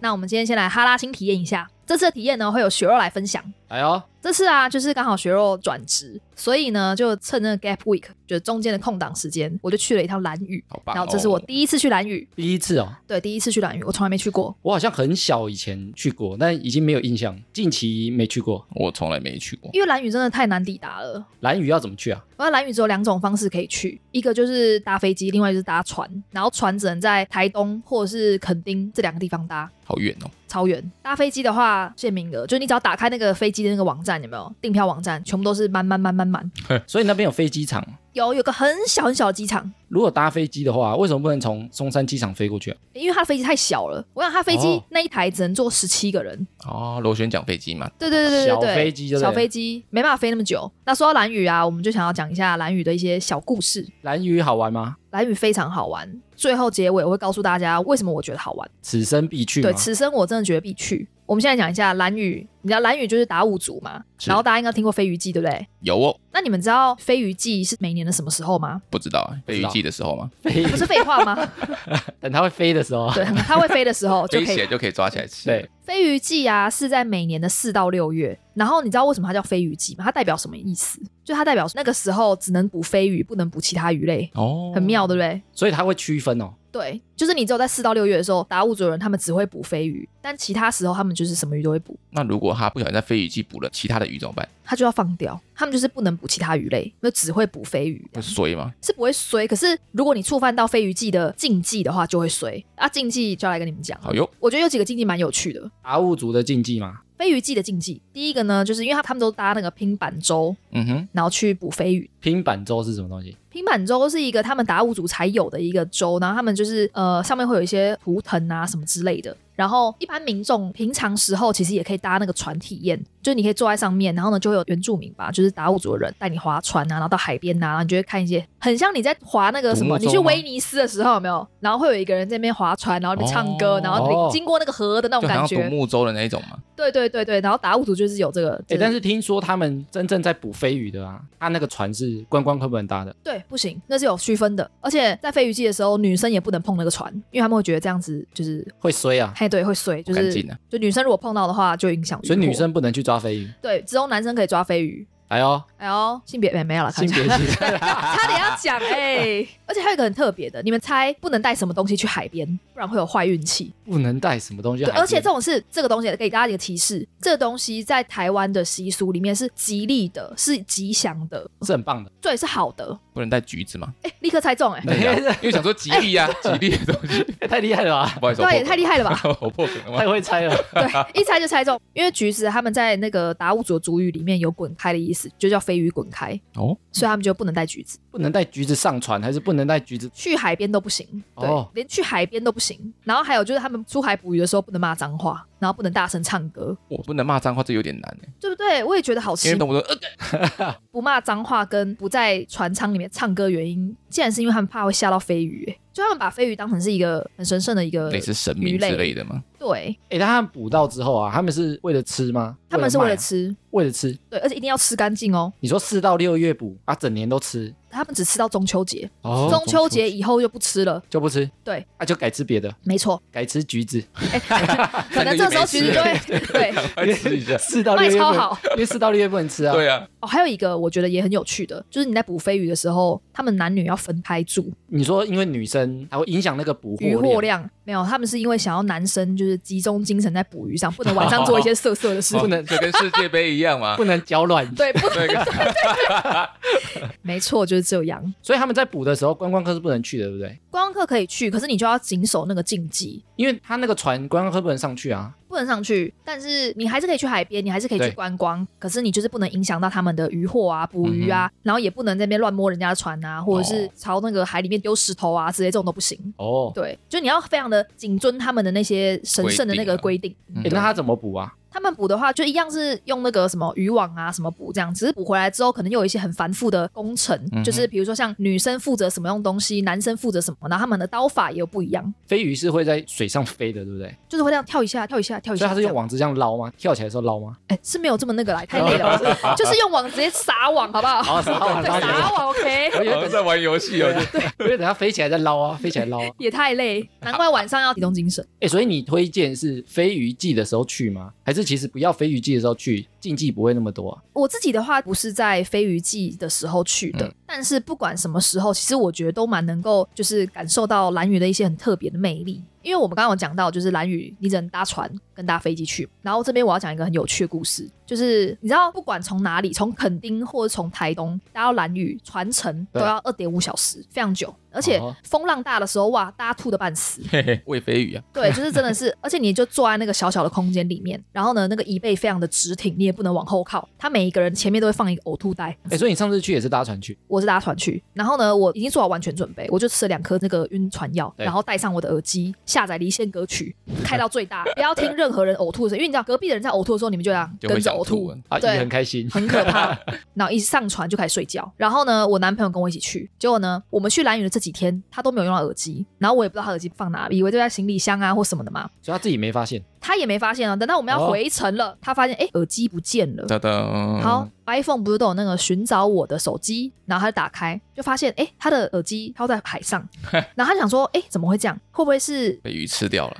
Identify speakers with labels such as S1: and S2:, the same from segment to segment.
S1: 那我们今天先来哈拉新体验一下，这次的体验呢会有雪肉来分享。
S2: 哎呦，
S1: 这次啊，就是刚好学肉转职，所以呢，就趁那个 gap week，就是中间的空档时间，我就去了一趟蓝屿。
S2: 好棒、哦！
S1: 然后这是我第一次去蓝屿，
S2: 第一次哦，
S1: 对，第一次去蓝屿，我从来没去过。
S2: 我好像很小以前去过，但已经没有印象，近期没去过。
S3: 我从来没去过。
S1: 因为蓝屿真的太难抵达了。
S2: 蓝屿要怎么去啊？
S1: 然后蓝屿只有两种方式可以去，一个就是搭飞机，另外就是搭船。然后船只能在台东或者是垦丁这两个地方搭。
S3: 好远哦，
S1: 超远。搭飞机的话，限名额，就是你只要打开那个飞机的那个网站，有没有订票网站，全部都是满满满满满。
S3: 嗯
S2: 所以那边有飞机场。
S1: 有有个很小很小的机场，
S2: 如果搭飞机的话，为什么不能从松山机场飞过去啊？
S1: 因为它的飞机太小了。我想它飞机
S2: 哦
S1: 那一台只能坐十七个人。
S3: 哦，螺旋桨飞机嘛，
S1: 对对对对对对，
S2: 小飞机就对了
S1: 小飞机没办法飞那么久。那说到蓝雨啊，我们就想要讲一下蓝雨的一些小故事。
S2: 蓝屿好玩吗？
S1: 蓝雨非常好玩，最后结尾我会告诉大家为什么我觉得好玩。
S2: 此生必去吗？
S1: 对，此生我真的觉得必去。我们现在讲一下蓝雨，你知道蓝雨就是达悟族嘛，
S3: 是
S1: 然后大家应该听过飞鱼记，对不对？
S3: 有哦，
S1: 那你们知道飞鱼季是每年的什么时候吗？
S3: 不知道啊，
S2: 不
S3: 飞
S2: 知
S3: 鱼
S2: 道
S3: 季的时候吗？
S2: 飞
S1: 不是废话吗？
S2: 等它会飞的时候，
S1: 对，它会飞的时候就
S3: 飞
S1: 可以
S3: 起来就可以抓起来吃。
S2: 对，
S1: 飞鱼季啊，是在每年的四到六月。然后你知道为什么它叫飞鱼季吗？它代表什么意思？就它代表那个时候只能捕飞鱼，不能捕其他鱼类，
S3: 哦，
S1: 很妙，对不对？
S2: 所以它会区分哦。
S1: 对，就是你只有在四到六月的时候，达悟族人他们只会捕飞鱼，但其他时候他们就是什么鱼都会捕，
S3: 那如果他不小心在飞鱼季捕了其他的鱼怎么办？
S1: 他就要放掉，他们就是不能捕其他鱼类，那只会捕飞鱼。
S3: 会衰吗？
S1: 是不会衰，可是如果你触犯到飞鱼季的禁忌的话，就会衰啊。禁忌就要来跟你们讲，
S3: 好哟，
S1: 我觉得有几个禁忌蛮有趣的。
S2: 达悟族的禁忌嘛，
S1: 飞鱼季的禁忌，第一个呢，就是因为他他们都搭那个拼板舟，
S3: 嗯哼，
S1: 然后去捕飞鱼。
S2: 拼板舟是什么东西？
S1: 拼板舟是一个他们达悟族才有的一个舟，然后他们就是呃上面会有一些图腾啊什么之类的。然后一般民众平常时候其实也可以搭那个船体验，就是你可以坐在上面，然后呢就会有原住民吧，就是达悟族的人带你划船啊，然后到海边啊，然后你就会看一些很像你在划那个什么，
S2: 独
S1: 你
S2: 木舟
S1: 去
S2: 吗
S1: 威尼斯的时候有没有？然后会有一个人在那边划船，然后你唱歌，
S3: 哦
S1: 然后
S2: 哦
S1: 你经过那个河的那
S3: 就
S1: 种
S3: 好
S1: 感
S3: 像独
S1: 觉。
S3: 木舟的那一种嘛。
S1: 对对对对，然后达悟族就是有这个，
S2: 哎、
S1: 这个
S2: 但是听说他们真正在捕飞鱼的啊，他那个船是观光客不能搭的，
S1: 对，不行，那是有区分的。而且在飞鱼季的时候，女生也不能碰那个船，因为他们会觉得这样子就是，
S2: 会衰啊，
S1: 嘿，对，会碎，就
S3: 不干
S1: 是
S3: 净啊
S1: 就女生如果碰到的话，就影响渔获。
S2: 所以女生不能去抓飞鱼。
S1: 对，只有男生可以抓飞鱼。
S2: 哎呦，
S1: 哎呦，性别没没有了，
S2: 性别
S1: 看一下
S2: 歧视，
S1: 差点要讲哎、而且还有一个很特别的，你们猜不能带什么东西去海边，不然会有坏运气。
S2: 不能带什么东西
S1: 对
S2: 海，边。
S1: 而且这种是这个东西给大家一个提示，这个东西在台湾的习俗里面是吉利的，是吉祥的，
S2: 是很棒的，
S1: 对，是好的。
S3: 不能带橘子 嘛？
S1: 哎、立刻猜中哎、
S3: 对呀、因为想说吉 利啊，吉利的东西。
S2: 太厉害 了吧，
S3: 不好意思，我
S1: 对，啊也
S3: 破
S1: 太厉害了吧！
S3: 梗了 我破梗了吗？
S2: 太会猜了。
S1: 对，一猜就猜中，因为橘子他们在那个达悟族的族语里面有“滚开”的意思，就叫飞鱼滚开，
S3: 哦，
S1: 所以他们就不能带橘子，
S2: 不能带橘子上船，还是不能带橘子？
S1: 去海边都不行，对，
S2: 哦
S1: 连去海边都不行。然后还有就是他们出海捕鱼的时候不能骂脏话，然后不能大声唱歌，
S3: 我不能骂脏话，这有点难欸
S1: 对不对？我也觉得好
S3: 因
S1: 奇
S3: 为，动不动呃
S1: 不骂脏话跟不在船舱里面唱歌原因，竟然是因为他们怕会吓到飞鱼、欸就他们把飞鱼当成是一个很神圣的一个
S3: 类似神明
S1: 鱼类
S3: 之类的 嘛。
S1: 对，
S2: 哎、但他们捕到之后啊，他们是为了吃吗？
S1: 他们是为
S2: 卖
S1: 了
S2: 啊，
S1: 吃，
S2: 为了吃。
S1: 对，而且一定要吃干净哦。
S2: 你说四到六月捕啊，整年都吃
S1: 他们只吃到中秋节，
S2: 哦
S1: 中秋节以后就不吃了。
S2: 就不吃，
S1: 对，
S2: 啊就改吃别的，
S1: 没错，
S2: 改吃橘子。。
S1: 可能这时候橘子就会对
S3: 赶快吃一下
S2: 四到六
S1: 卖
S2: 月
S1: 超
S2: 不
S1: 好，
S2: 因为四到六月不能吃啊。
S3: 对啊，
S1: 哦。还有一个我觉得也很有趣的，就是你在捕飞鱼的时候，他们男女要分开住，
S2: 你说因为女生啊还会影响那个捕
S1: 渔获
S2: 获，
S1: 量没有，他们是因为想要男生就是集中精神在捕鱼上，不能晚上做一些色色的事
S3: 哦
S1: 情。
S3: 能就跟世界杯一 样嘛。
S2: 不能搅乱。
S1: 对，不，
S3: 对，
S1: 没错，就是这样。
S2: 所以他们在捕的时候，观光客是不能去的，对不对？
S1: 观光客可以去，可是你就要谨守那个禁忌，
S2: 因为他那个船观光客不能上去啊。
S1: 不能上去。但是你还是可以去海边，你还是可以去
S2: 对
S1: 观光，可是你就是不能影响到他们的渔获啊、捕鱼啊，然后也不能在那边乱摸人家的船啊，或者是
S3: 嗯哦
S1: 朝那个海里面丢石头啊之类，这种都不行。
S2: 哦，
S1: 对，就你要非常的谨遵他们的那些神圣的那个规定。
S3: 规定啊
S2: 嗯哎诶那他怎么捕啊？
S1: 他们捕的话，就一样是用那个什么渔网啊什么捕这样，只是捕回来之后，可能又有一些很繁复的工程，
S3: 嗯
S1: 就是比如说像女生负责什么样东西，男生负责什么，然后他们的刀法也有不一样，
S2: 飞鱼是会在水上飞的，对不对？
S1: 就是会这样跳一下、跳一下、跳一
S2: 所
S1: 下。
S2: 以它是用
S1: 这样，
S2: 网子这样捞吗？跳起来的时候捞吗？
S1: 哎、是没有这么那个来，太累了，就是用网直接撒网，好不好？
S2: 哦，撒网
S1: 对，
S2: 撒网。
S1: 撒网，OK。
S2: 我以为
S3: 好像
S2: 等，
S3: 在玩游戏哦。
S2: 我以为等它飞起来再 捞啊，飞起来捞啊。
S1: 也太累，难怪晚上要集中精神。
S2: 哎，所以你推荐是飞鱼季的时候去吗？还是其实不要飞鱼季的时候去，禁忌不会那么多啊？
S1: 我自己的话不是在飞鱼季的时候去的，
S3: 嗯
S1: 但是不管什么时候，其实我觉得都蛮能够就是感受到蓝屿的一些很特别的魅力。因为我们刚刚有讲到，就是蓝屿你只能搭船跟搭飞机去。然后这边我要讲一个很有趣的故事，就是你知道不管从哪里，从垦丁或者从台东搭到蓝屿，船程都
S2: 对
S1: 要二点五小时，非常久。而且
S2: 哦
S1: 风浪大的时候，哇，大家吐的半死。
S3: 嘿嘿 喂飞鱼啊，
S1: 对，就是真的 是，而且你就坐在那个小小的空间里面，然后呢，那个椅背非常的直挺，你也不能往后靠。他每一个人前面都会放一个呕吐袋。
S2: 哎，所以你上次去也是搭船去？
S1: 我是搭船去，然后呢，我已经做好完全准备，我就吃了两颗那个晕船药，
S2: 对
S1: 然后戴上我的耳机，下载离线歌曲，开到最大，不要听任何人呕吐的声音，因为你知道隔壁的人在呕吐的时候，你们就这样
S3: 就
S1: 跟
S3: 会
S1: 着
S3: 想
S1: 呕吐
S3: 啊，。
S2: 啊，
S1: 对
S2: 也很开心。
S1: 很可 怕。然后一上船就开始睡觉。然后呢，我男朋友跟我一起去，结果呢，我们去蓝屿的这几天，他都没有用到耳机，然后我也不知道他耳机放哪里，以为就在行李箱啊或什么的嘛。
S2: 所以他自己没发现。
S1: 他也没发现啊。等到我们要回程了，他发现哎、诶耳机不见了。
S3: 噔噔，
S1: 好，，iPhone 不是都有那个寻找我的手机，然后他就打开，就发现哎、诶他的耳机飘在海上，然后他想说哎、诶怎么会这样？会不会是
S3: 被鱼吃掉了，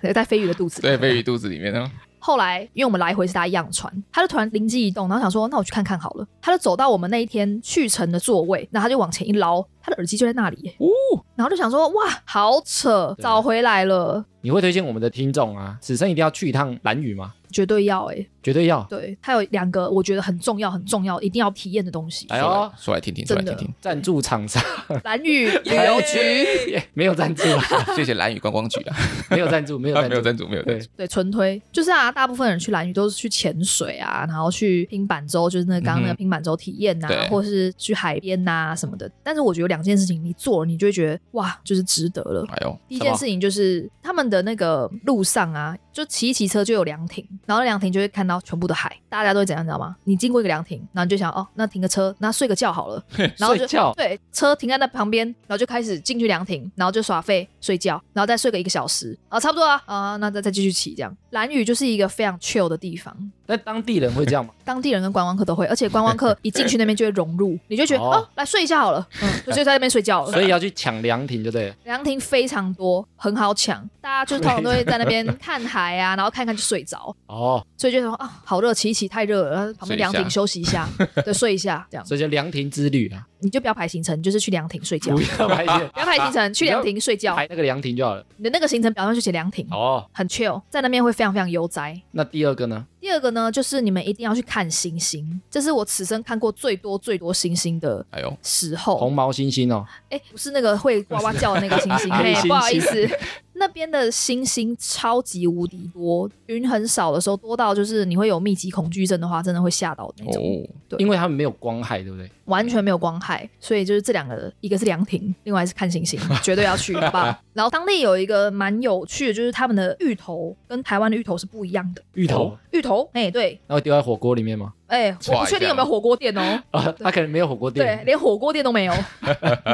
S1: 对 在飞鱼的肚子？
S3: 对，被鱼肚子里面呢。
S1: 后来因为我们来回是搭一样船，他就突然灵机一动，然后想说那我去看看好了。他就走到我们那一天去程的座位，然后他就往前一捞，他的耳机就在那里耶、
S3: 呜，
S1: 然后就想说哇好扯，
S2: 对
S1: 找回来了，
S2: 你会推荐我们的听众啊，此生一定要去一趟蓝屿吗？
S1: 绝对要哎、诶
S2: 绝对要。
S1: 对，它有两个我觉得很重要很重要一定要体验的东西。
S2: 哎呦，
S3: 说来听听，说
S1: 真
S3: 来
S1: 的
S3: 听听。
S2: 赞助 厂商
S1: 蓝屿
S3: 旅游局，
S2: 没有赞助啊，
S3: 谢谢蓝屿观光局啦，
S2: 没有赞助，没有
S3: 没
S2: 赞
S3: 有
S2: 助。
S3: 赞助，没有赞
S2: 对
S3: 助。，
S1: 对纯推就是啊，大部分人去蓝屿都是去潜水啊，然后去拼板舟，就是那个刚刚那
S3: 嗯
S1: 个
S3: 哼
S1: 拼板舟体验呐、啊
S3: 对
S1: 或是去海边呐、什么的。但是我觉得有两件事情你做了，你就会觉得哇，就是值得了。
S3: 哎呦，
S1: 第一件事情就是他们的那个路上啊，就骑一骑车就有凉亭，然后凉亭就会看到全部的海，大家都会怎样，你知道吗？你经过一个凉亭，然后你就想哦，那停个车，那睡个觉好 了，然后就
S2: 睡觉
S1: 对，车停在那旁边，然后就开始进去凉亭，然后就耍废睡觉，然后再睡个一个小时，啊，差不多啊，啊，那再再继续骑这样。蓝屿就是一个非常 chill 的地方。
S2: 那当地人会这 样吗？
S1: 当地人跟观光客都会，而且观光客一进去那边就会融入，你就觉得
S2: 哦
S1: 哦，来睡一下好了，嗯，就就在那边睡觉了。
S2: 所以要去抢凉亭，就对了。
S1: 凉亭非常多，很好抢，大家就是通常都会在那边看海 啊，然后看看就睡着，
S2: 哦，
S1: 所以就说啊，好热，骑一骑太热了，然 后旁边凉亭休息一下，对，睡一下，这样
S2: 所以叫凉亭之旅啊，
S1: 你就不要排行程，你就是去凉亭睡觉，
S2: 不
S1: 不
S2: 要排 店
S1: 要排行程，去凉亭睡觉，
S2: 排那个凉亭就好了。
S1: 你的那个行程表上就写凉亭，
S2: 哦，
S1: 很 chill，在那边会非常非常悠哉。
S2: 那第二个呢？
S1: 第二个呢，就是你们一定要去看星星，这是我此生看过最多最多星星的
S3: 哎呦，
S1: 时候。
S2: 红毛猩猩哦，
S1: 哎、不是那个会哇哇叫的那个星星，嘿
S2: 黑猩猩
S1: 不好意思，那边的星星超级无敌多，云很少的时候多到就是你会有密集恐惧症的话，真的会吓到的那种，
S3: 哦，
S1: 对
S2: 因为他们没有光害，对不对？
S1: 完全没有光害。所以就是这两个，一个是凉亭，另外是看星星，绝对要去，好不好？然后当地有一个蛮有趣的，就是他们的芋头跟台湾的芋头是不一样的。
S2: 芋
S3: 头
S2: 头，
S1: 芋头，哎、对。
S2: 那会丢在火锅里面吗？
S1: 哎、我
S3: 唰
S1: 不
S3: 一
S1: 确定
S3: 下
S1: 有没有火锅店哦。
S2: 啊， 他可能没有火锅
S1: 对，
S2: 店。
S1: 连火锅店都没有。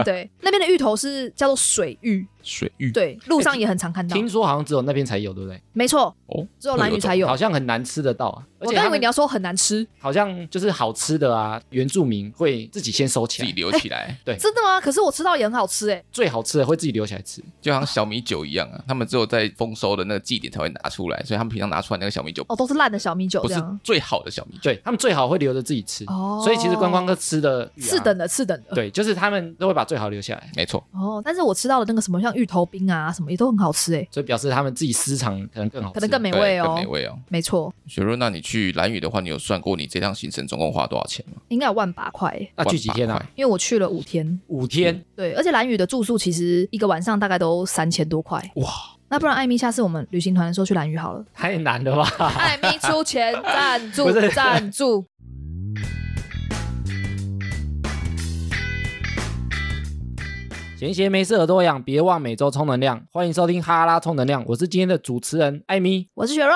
S1: 对，那边的芋头是叫做水芋，
S3: 水域
S1: 对，路上也很常看到。
S2: 听说好像只有那边才有，对不对？
S1: 没错，
S3: 哦，
S1: 只有蓝屿才有
S2: 好。像很难吃得到啊。而
S1: 我
S2: 且
S1: 刚
S2: 他
S1: 以为
S2: 们
S1: 你要说很难吃，
S2: 好像就是好吃的啊，原住民会自己先收起
S3: 自己
S2: 来，
S3: 留起来，
S1: 真的吗？可是我吃到也很好吃哎、
S2: 最好吃的会自己留起来吃。
S3: 就好像小米酒一样啊，他们只有在丰收的那个祭典才会拿出来，所以他们平常拿出来那个小米酒
S1: 哦，都是烂的小米酒
S3: 不
S1: 这
S3: 是
S1: 样，
S3: 最好的小米酒。
S2: 对他们最好会留着自己吃，
S1: 哦
S2: 所以其实观光客吃的鱼啊
S1: 次等的次等的。
S2: 对，就是他们都会把最好留下来，
S3: 没错，
S1: 哦，但是我吃到的那个什么像芋头冰啊什么也都很好吃哎、
S2: 所以表示他们自己私藏可能更好吃，
S1: 可能更美
S3: 对
S1: 味
S3: 更
S1: 哦
S3: 美。味哦。
S1: 没错，
S3: 雪润，那你去蓝屿的话，你有算过你这趟行程总共花多少钱吗？
S1: 应该有万把块、嗯欸，
S2: 那去几天
S3: 万八
S2: 啊？
S1: 因为我去了五天。
S2: 五天，
S1: 对，而且蓝屿的住宿其实一个晚上大概都三千多块。
S3: 哇！
S1: 那不然艾米，下次我们旅行团的时候去蓝屿好 了。
S2: 太难了吧？
S1: 艾米出钱赞助
S2: 不是
S1: 赞助，
S2: 闲闲没事耳朵痒，别忘每周充能量。欢迎收听哈拉充能量，我是今天的主持人艾米。
S1: 我是雪若，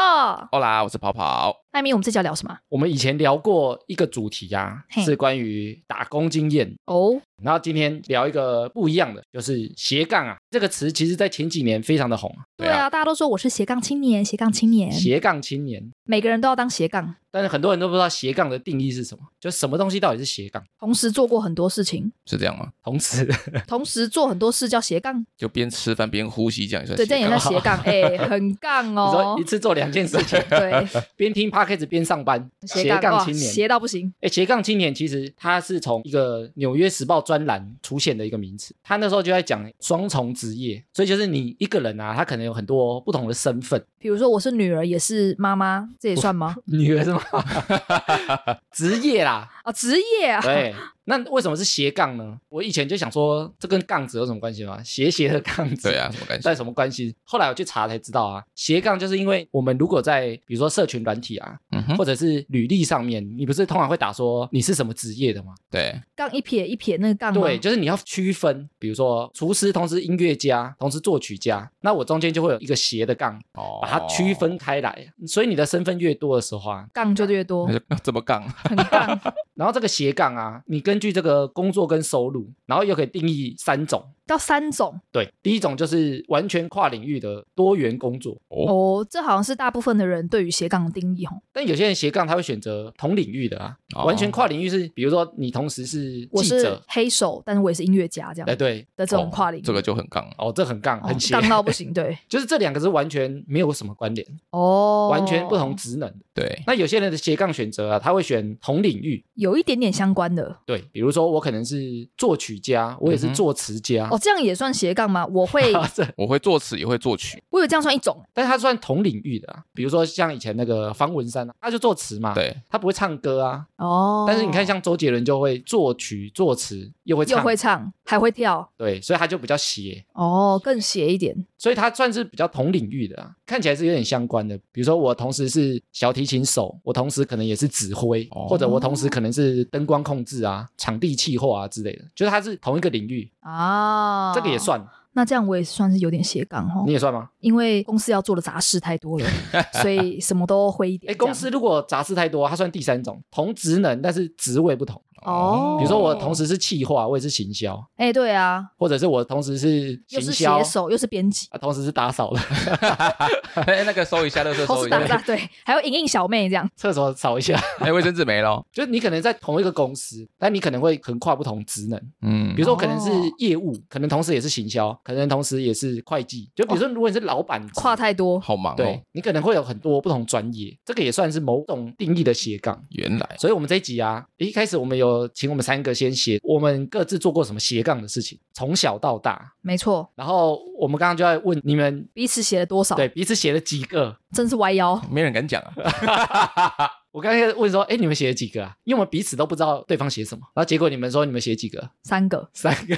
S3: 欧啦，我是跑跑，
S1: 艾米，我们这集要聊什么？
S2: 我们以前聊过一个主题啊，
S1: 嘿
S2: 是关于打工经验。
S1: 哦，
S2: 然后今天聊一个不一样的，就是斜杠啊这个词，其实在前几年非常的红啊，
S1: 对
S3: 对啊
S1: 啊，大家都说我是斜杠青年，斜杠青年，
S2: 斜杠青年。
S1: 每个人都要当斜杠，
S2: 但是很多人都不知道斜杠的定义是什么，就什么东西到底是斜杠，
S1: 同时做过很多事 情，
S3: 是这样吗？
S2: 同时
S1: 同时做很多事叫斜杠，
S3: 就边吃饭边呼吸，这样也算
S1: 对，这样也
S3: 斜杠
S1: 算斜杠，哎、很杠
S2: 你
S1: 哦
S2: 说一。次做两件事情，
S1: 对，
S2: 边听 podcast 边上班，斜
S1: 杠
S2: 杠
S1: 哇
S2: 青年。
S1: 斜到不行。
S2: 哎，斜杠青年其实它是从一个《纽约时报》专栏出现的一个名词，他那时候就在讲双重职业，所以就是你一个人啊，他可能有很多不同的身份，
S1: 比如说我是女儿，也是妈妈，这也算吗？
S2: 女儿是吗？ 职业 啦，
S1: 啊，职业啊，
S2: 对。那为什么是斜杠呢？我以前就想说，这跟杠子有什么关系吗？斜斜的杠子，
S3: 对啊，什么感觉？
S2: 在什么关系？后来我去查才知道啊，斜杠就是因为我们如果在比如说社群软体啊，
S3: 嗯哼，
S2: 或者是履历上面，你不是通常会打说你是什么职业的吗？
S3: 对，
S1: 杠一撇一撇那个杠吗
S2: 对，就是你要区分，比如说厨师同时音乐家，同时作曲家，那我中间就会有一个斜的杠，
S3: 哦
S2: 把它区，分开来。所以你的身份越多的时候啊，
S1: 杠就越多
S3: 那， 就这哦么杠，
S1: 很杠。
S2: 然后这个斜杠啊，你根据这个工作跟收入，然后又可以定义三种。
S1: 到三种
S2: 对，第一种就是完全跨领域的多元工作，
S3: 哦
S1: 哦，这好像是大部分的人对于斜杠的定义哦。
S2: 但有些人斜杠他会选择同领域的啊，
S3: 哦
S2: 完全跨领域是，比如说你同时是
S1: 我
S2: 记
S1: 是
S2: 者，
S1: 黑手，但是我也是音乐家这样
S2: 哎对，
S1: 的这种跨领域，
S3: 哦这个就很杠，
S2: 哦这很杠
S1: 哦
S2: 很斜，
S1: 杠到不行，对，
S2: 就是这两个是完全没有什么关联，
S1: 哦，
S2: 完全不同，职能。
S3: 对，
S2: 那有些人的斜杠选择啊，他会选同领域，
S1: 有一点点相关的
S2: 对，比如说我可能是作曲家，我也是
S3: 嗯哼
S2: 作词家，
S1: 哦，这样也算斜杠吗？我 会，
S2: 啊这，
S3: 我会作词也会作曲，
S1: 我以为这样算一种，
S2: 但是他算同领域的、啊，比如说像以前那个方文山、啊，他就作词嘛，，
S3: 对，
S2: 他不会唱歌啊，
S1: 哦，
S2: 但是你看像周杰伦就会作曲、作词，又会
S1: 又
S2: 唱，
S1: 会唱，还会跳，
S2: 对，所以他就比较斜。
S1: 哦，更斜一点，
S2: 所以它算是比较同领域的、啊，看起来是有点相关的。比如说，我同时是小提琴手，我同时可能也是指挥，
S3: 哦
S2: 或者我同时可能是灯光控制啊、场地气候啊之类的，就是它是同一个领域，
S1: 啊，
S2: 这个也。算，
S1: 那这样我也算是有点斜杠哦
S2: 你，也算吗？
S1: 因为公司要做的杂事太多了， 所以什么都会一点
S2: 哎，
S1: 这样。
S2: 公司如果杂事太多，它算第三种，同职能但是职位不同。
S1: 哦
S2: 比如说我同时是企划，我也是行销，
S1: 哎，对啊，
S2: 或者是我同时是
S1: 又
S2: 行
S1: 是
S2: 销
S1: 写，手，又是编辑，
S2: 啊，同时是打扫的，
S3: 哎，那个收一 下，那个
S1: 都
S3: 收
S1: 是
S3: 一
S1: 打
S3: 下，
S1: 杂，对，还有莹莹小妹这样。
S2: 厕所扫一下，
S3: 哎，卫生纸没了，
S2: 就是你可能在同一个公司，但你可能会横跨不同职能。
S3: 嗯
S2: 比如，说，可能是
S1: 哦
S2: 业务，可能同时也是行销，可能同时也是会计。就比如说，如果你是老板职，
S1: 跨太多，
S3: 好忙
S2: 对
S3: 哦，
S2: 你可能会有很多不同专业，这个也算是某种定义的斜杠。
S3: 原来
S2: 所以，我们这一集啊，一开始我们有请我们三个先写我们各自做过什么斜杠的事情，从小到大。
S1: 没错，
S2: 然后我们刚刚就在问你们，
S1: 彼此写了多少，
S2: 对彼此写了几个？
S1: 真是歪腰。
S3: 没人敢讲啊，
S2: 我刚才问说，哎，你们写了几个啊？因为我们彼此都不知道对方写什么，然后结果你们说你们写几个？
S1: 三个，
S2: 三个，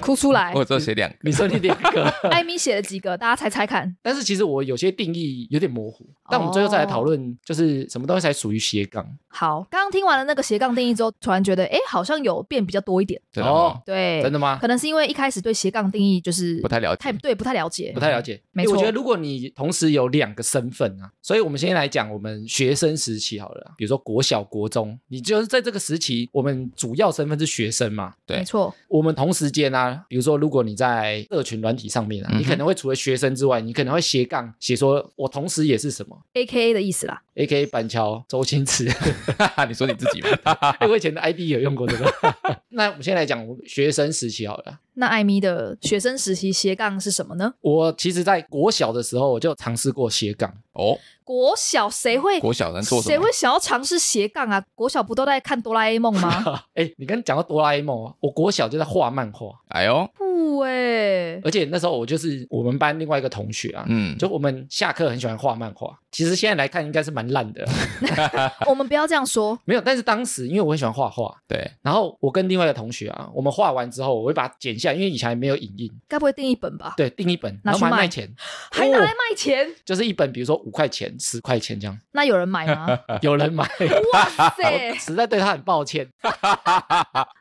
S1: 哭出来。
S3: 我只有写两个，
S2: 你说你两个。
S1: 艾米写了几个？大家猜猜看。
S2: 但是其实我有些定义有点模糊，但我们最后再来讨
S1: 哦
S2: 论，就是什么东西才属于斜杠？
S1: 好，刚刚听完了那个斜杠定义之后，突然觉得，哎，好像有变比较多一点。
S3: 真的吗，
S1: 对，
S2: 真的吗？
S1: 可能是因为一开始对斜杠定义就是
S3: 哦不太了
S1: 太
S3: 解，
S1: 对，不太了解
S2: 不。太了解。
S1: 没
S2: 诶
S1: 错
S2: 我觉得如果你同时有两个身份啊，所以我们先来讲我们学生时期好了啊，比如说国小、国中，你就是在这个时期，我们主要身份是学生嘛。
S3: 对
S1: 没错，
S2: 我们同时间啊，比如说，如果你在社群软体上面啊，
S3: 嗯哼
S2: 你可能会除了学生之外，你可能会斜杠写说，我同时也是什么
S1: ，A K A 的意思啦。
S2: ，A K 板桥、周星驰，
S3: 你说你自己 吧，
S1: 哎
S2: 欸我以前的 ID 有用过这个。那我们先来讲我学生时期好了。啊
S1: 那艾米的学生时期斜杠是什么呢？
S2: 我其实，在国小的时候，我就尝试过斜杠。
S3: 哦，
S1: 国小谁会
S3: 国小能做什
S1: 谁
S3: 么
S1: 会？想要尝试斜杠啊？国小不都在看哆啦 A 梦 吗？
S2: 哎，你刚讲到哆啦 A 梦啊，我国小就在画漫画，
S3: 哎呦，
S1: 不哎、
S2: 而且那时候我就是我们班另外一个同学啊，
S3: 嗯，
S2: 就我们下课很喜欢画漫画。其实现在来看，应该是蛮烂的，
S1: 我们不要这样说。
S2: 没有。但是当时因为我很喜欢画画，
S3: 对，
S2: 然后我跟另外一个同学啊，我们画完之后，我会把它剪下来，因为以前还没有影印，
S1: 该不会订一本吧？
S2: 对，订一本，
S1: 拿
S2: 然
S1: 去
S2: 后把它
S1: 卖
S2: 卖钱，
S1: 还拿来
S2: 哦
S1: 卖钱？
S2: 就是一本，比如说五块钱、十块钱这样，
S1: 那有人买吗？
S2: 有人买。
S1: 哇塞！
S2: 实在对他很抱歉。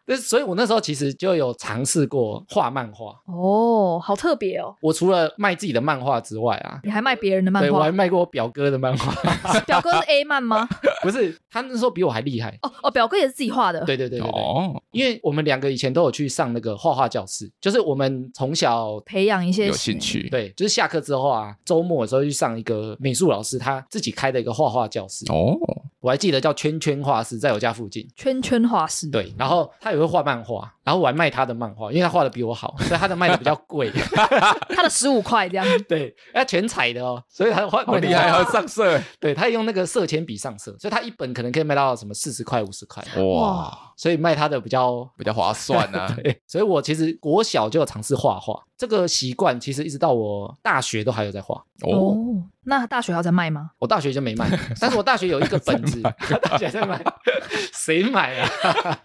S2: 但是所以我那时候其实就有尝试过画漫画。
S1: 哦，好特别哦！
S2: 我除了卖自己的漫画之外啊，
S1: 你还卖别人的漫
S2: 对我还
S1: 画？
S2: 卖过我表哥的漫 画，
S1: 表哥是 A 漫吗？
S2: 不是他那时候比我还厉害。
S1: 哦哦，表哥也是自己画的。
S2: 对对对对对，
S3: 哦，
S2: 因为我们两个以前都有去上那个画画教室，就是我们从小
S1: 培养一些
S3: 有兴。趣，
S2: 对，就是下课之后啊，周末的时候去上一个美术老师他自己开的一个画画教室，
S3: 哦，
S2: 我还记得叫圈圈画室，在我家附近。
S1: 圈圈画师，
S3: 嗯
S2: 对，然后他也会画漫画，然后我还卖他的漫画，因为他画的比我好，所以他的卖的 比较贵。
S1: 他的十五块这样，
S2: 对，他全彩的哦，所以他画
S3: 好厉害，还
S2: 哦。
S3: 有上色，
S2: 对，他用那个色铅笔上色，所以他一本可能可以卖到什么四十块、五十块，
S3: 哇，
S2: 所以卖他的比较。
S3: 比较划算啊
S2: 对， 所以我其实国小就有尝试画画，这个习惯其实一直到我大学都还有在画。
S3: 哦，
S1: 哦，那大学还要再卖吗？
S2: 我大学就没买，但是我大学有一个本子，大学还在买， 谁买啊？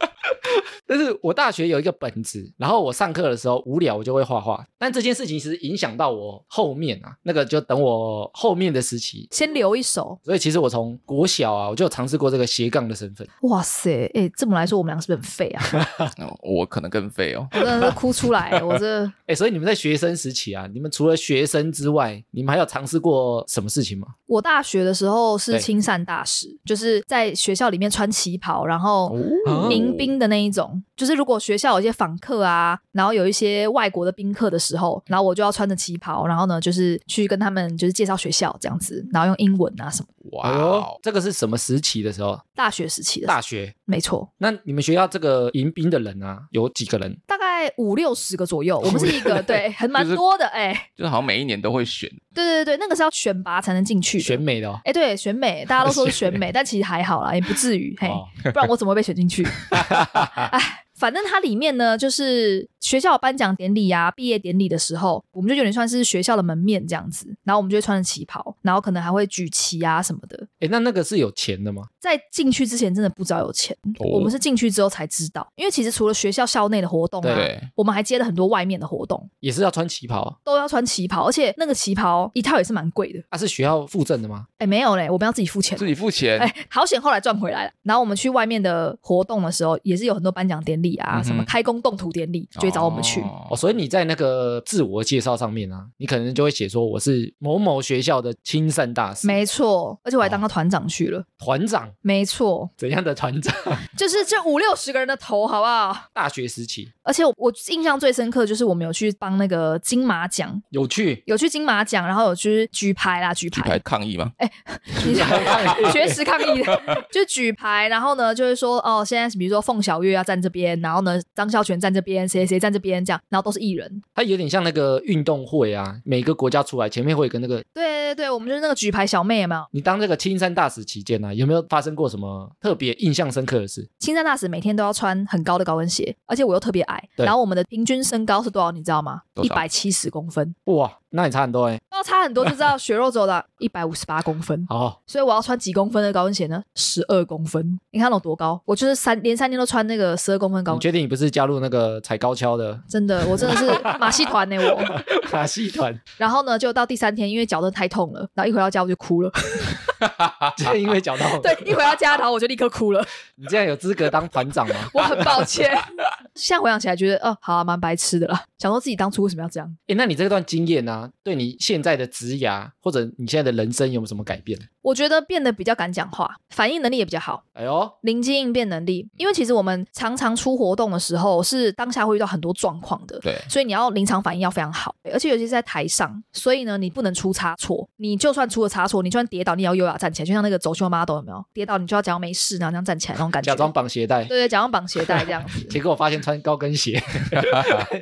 S2: 但是我大学有一个本子，然后我上课的时候无聊，我就会画画。但这件事情其实影响到我后面啊，那个就等我后面的时期。
S1: 先留一手。
S2: 所以其实我从国小啊，我就有尝试过这个斜杠的身份。
S1: 哇塞，哎、这么来说，我们俩是不是很废啊？
S3: 哦我可能更废哦。
S1: 我真的是哭出来，我这
S2: 哎，所以你们在学生时期啊，你们除了学生之外，你们还有尝试过什么事情吗？
S1: 我大学的时候
S2: 对
S1: 是亲善大使，就是在学校里面穿旗袍，然后
S2: 哦
S1: 迎宾的那一种。就是如果学校有一些访客啊，然后有一些外国的宾客的时候，然后我就要穿着旗袍，然后呢，就是去跟他们就是介绍学校这样子，然后用英文啊什么。
S3: 哇
S2: 哎呦
S3: 哦，，
S2: 这个是什么时期的时候？
S1: 大学时期的时候，
S2: 大学。
S1: 没错，
S2: 那你们学校这个迎宾的人啊，有几个人？
S1: 大概五六十个左右。我们是一个对，很蛮
S3: 就是
S1: 多的哎、
S3: 就是好像每一年都会选，
S1: 对对对，那个是要选拔才能进去的。
S2: 选美的哦。
S1: 哎、对，选美，大家都说是选美，但其实还好啦，也不至于，嘿，
S2: 哦
S1: 不然我怎么会被选进去？ 哎，反正它里面呢，就是学校颁奖典礼啊、毕业典礼的时候，我们就有点算是学校的门面这样子，然后我们就会穿着旗袍，然后可能还会举旗啊什么的。
S2: 哎，那那个是有钱的吗？
S1: 在进去之前，真的不知道有钱，
S3: 哦
S1: 我们是进去之后才知道，因为其实除了学校校内的活动啊，
S3: 对，
S1: 我们还接了很多外面的活动，
S2: 也是要穿旗袍啊？
S1: 都要穿旗袍，而且那个旗袍一套也是蛮贵的。
S2: 啊，是学校附赠的吗？
S1: 哎，没有嘞，我们要自己付钱。
S3: 自己付钱
S1: 哎、，好险，后来赚回来了。然后我们去外面的活动的时候，也是有很多颁奖典礼啊，
S3: 嗯哼
S1: 什么开工动土典礼，就会找我们去。
S2: 哦，
S3: 哦
S2: 所以你在那个自我介绍上面啊，你可能就会写说我是某某学校的亲善大使，
S1: 没错，而且我
S3: 哦
S1: 还当到团长去了。
S2: 团长，
S1: 没错，
S2: 怎样的团长？
S1: 就是这五六十个人的头，好不好？
S2: 大学时期
S1: 而且我我印象最深刻就是我们有去帮那个金马奖，
S2: 有趣，
S1: 有去金马奖，然后有去举牌啦，举
S3: 举牌
S1: 牌，
S3: 抗议
S1: 哎
S3: 吗？
S1: 你想绝食抗议 的，就举牌，然后呢，就是说哦，现在比如说凤小岳要啊站这边，然后呢，张孝全站这边，谁谁站这边，这样，然后都是艺人，
S2: 它有点像那个运动会啊，每个国家出来前面会有个那个，
S1: 对对对，我们就是那个举牌小妹，有没有？
S2: 你当这个亲善大使期间啊，有没有发生过什么特别印象深刻的事？
S1: 青山大使每天都要穿很高的高跟鞋，而且我又特别矮，
S2: 对
S1: 然后我们的平均身高是多少？你知道吗？
S3: 多
S1: 一
S3: 少
S1: 百七十公 分，
S2: 哇，那你差很多哎、欸，
S1: 要差很多就知道血肉走的一百五十八公分。
S2: 好、
S1: 所以我要穿几公分的高跟鞋呢？十二公分。你看我多高？我就是三连三天都穿那个十二公分高
S2: 你
S1: 跟鞋。
S2: 确定你不是加入那个踩高跷 的
S1: 真的，我真的是马戏团呢、我。
S2: 马戏 团？
S1: 然后呢，就到第三天，因为脚真的太痛了，然后一回到家我就哭了。
S2: 就是因为讲到，
S1: 对，一回到家，然后我就立刻哭了。
S2: 你这样有资格当团长吗？
S1: 我很抱歉。 现在回想起来，觉得哦，好、啊，蛮白痴的啦。想说自己当初为什么要这样？
S2: 哎，那你这段经验啊，对你现在的职涯或者你现在的人生有没有什么改变？
S1: 我觉得变得比较敢讲话，反应能力也比较好，
S2: 哎呦，
S1: 灵机应变能力。因为其实我们常常出活动的时候，是当下会遇到很多状况的。
S3: 对，
S1: 所以你要临场反应要非常好，而且尤其是在台上，所以呢，你不能出差错。你就算出了差错，你就算跌倒，你也要优雅站起来，就像那个走秀 model 有没有？跌倒你就要假装没事，然后这样站起来那种感觉。
S2: 假装绑鞋带，
S1: 对对，假装绑鞋带这样 子。
S2: 结果我发现穿高跟鞋，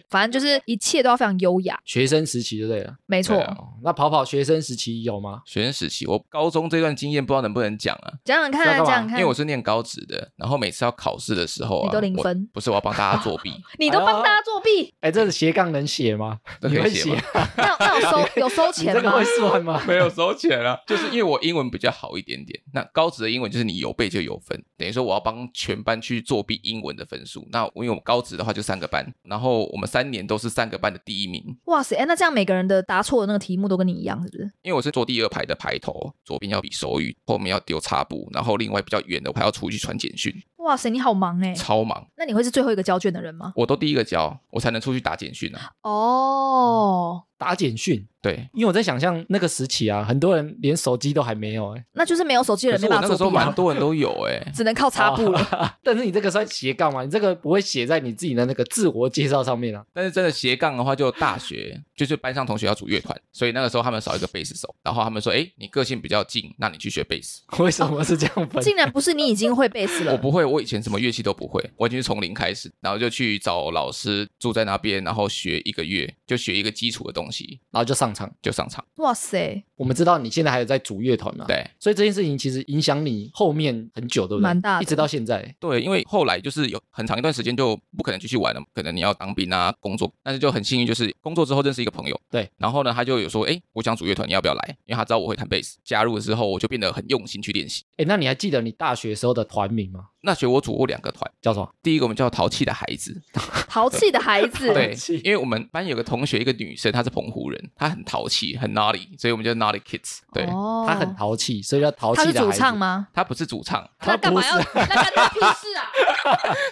S1: 反正就是一切都要非常优雅，
S2: 学生时期就对了。
S1: 没错。
S3: 对啊
S2: 哦，那跑跑学生时期有吗？
S3: 学生时期，我高中这段经验不知道能不能讲啊，
S1: 讲讲看啊，
S2: 是要干嘛
S1: 讲讲
S3: 因
S1: 看
S3: 为，我是念高职的，然后每次要考试的时候啊，
S1: 你都零
S3: 我
S1: 分
S3: 不是我要帮大 家作弊，
S1: 你都帮大家作弊，
S2: 哎，这是斜杠能写吗？
S3: 这
S2: 你
S3: 可
S2: 会啊
S3: 以写吗？
S1: 那有那有收有收
S2: 你
S1: 钱
S2: 这个
S1: 吗？
S2: 会算吗？
S3: 没有收钱啊，就是因为我英文比较好一点点。那高职的英文就是你有背就有分，等于说我要帮全班去作弊英文的分数。那因为我们高职的话就三个班，然后我们三年都是三个班的第一名，
S1: 哇塞，哎，那这样每个人的答错的那个题目都跟你一样，是不是？
S3: 因为我是坐第二排的排头，左边要比手语，后面要丢擦布，然后另外比较远的我还要出去传简讯。
S1: 哇塞，你好忙 哎、
S3: 超忙，
S1: 那你会是最后一个交卷的人吗？
S3: 我都第一个交，我才能出去打简讯啊。
S1: 哦，
S2: 打简讯，
S3: 对，
S2: 因为我在想象那个时期啊，很多人连手机都还没有哎、
S1: 那就是没有手机的
S3: 可
S1: 人没
S3: 是我
S1: 办
S3: 那
S1: 法
S3: 个时
S1: 作
S3: 候
S1: 弊
S3: 蛮
S1: 啊，
S3: 多人都有哎、
S1: 只能靠擦布了。
S2: 了。但是你这个算斜杠嘛？你这个不会写在你自己的那个自我介绍上面啊。
S3: 但是真的斜杠的话，就大学就是班上同学要组乐团，所以那个时候他们少一个贝斯手，然后他们说：“哎，你个性比较静，那你去学贝斯。
S2: 为什么是这样 分？
S1: 竟然不是你已经会背死”
S3: 哦 我
S1: 了，
S3: 不会，我以前什么乐器都不会，我已经是从零开始，然后就去找老师住在那边，然后学一个月，就学一个基础的东西
S2: 然后就上场。
S3: 就上场。
S1: 哇塞，
S2: 我们知道你现在还有在组乐团嘛？。
S3: 对
S2: 所以这件事情其实影响你后面很久，对不对？
S1: 蛮大的
S2: 一直到现在。
S3: 对，因为后来就是有很长一段时间就不可能继续玩了，可能你要当兵啊，工作，但是就很幸运，就是工作之后认识一个朋友，
S2: 对，
S3: 然后呢，他就有说：“哎，我想组乐团，你要不要来？”因为他知道我会弹贝斯，加入了之后我就变得很用心去练习。
S2: 哎，那你还记得你大学时候的团名吗？
S3: 那学我组过两个团。
S2: 叫什么？
S3: 第一个我们叫淘气的孩子，
S1: 淘气的孩子，
S3: 对
S2: 气，
S3: 因为我们班有个同学，一个女生，她是澎湖人，她很淘气，很 naughty，所以我们叫 naughty kids。对，
S1: 哦，
S2: 他很淘气，所以叫淘
S1: 他
S2: 气
S1: 是
S2: 的孩
S1: 主
S2: 子。
S1: 唱？吗？
S3: 她不是主唱，
S1: 那干嘛要？ 那干他屁事啊！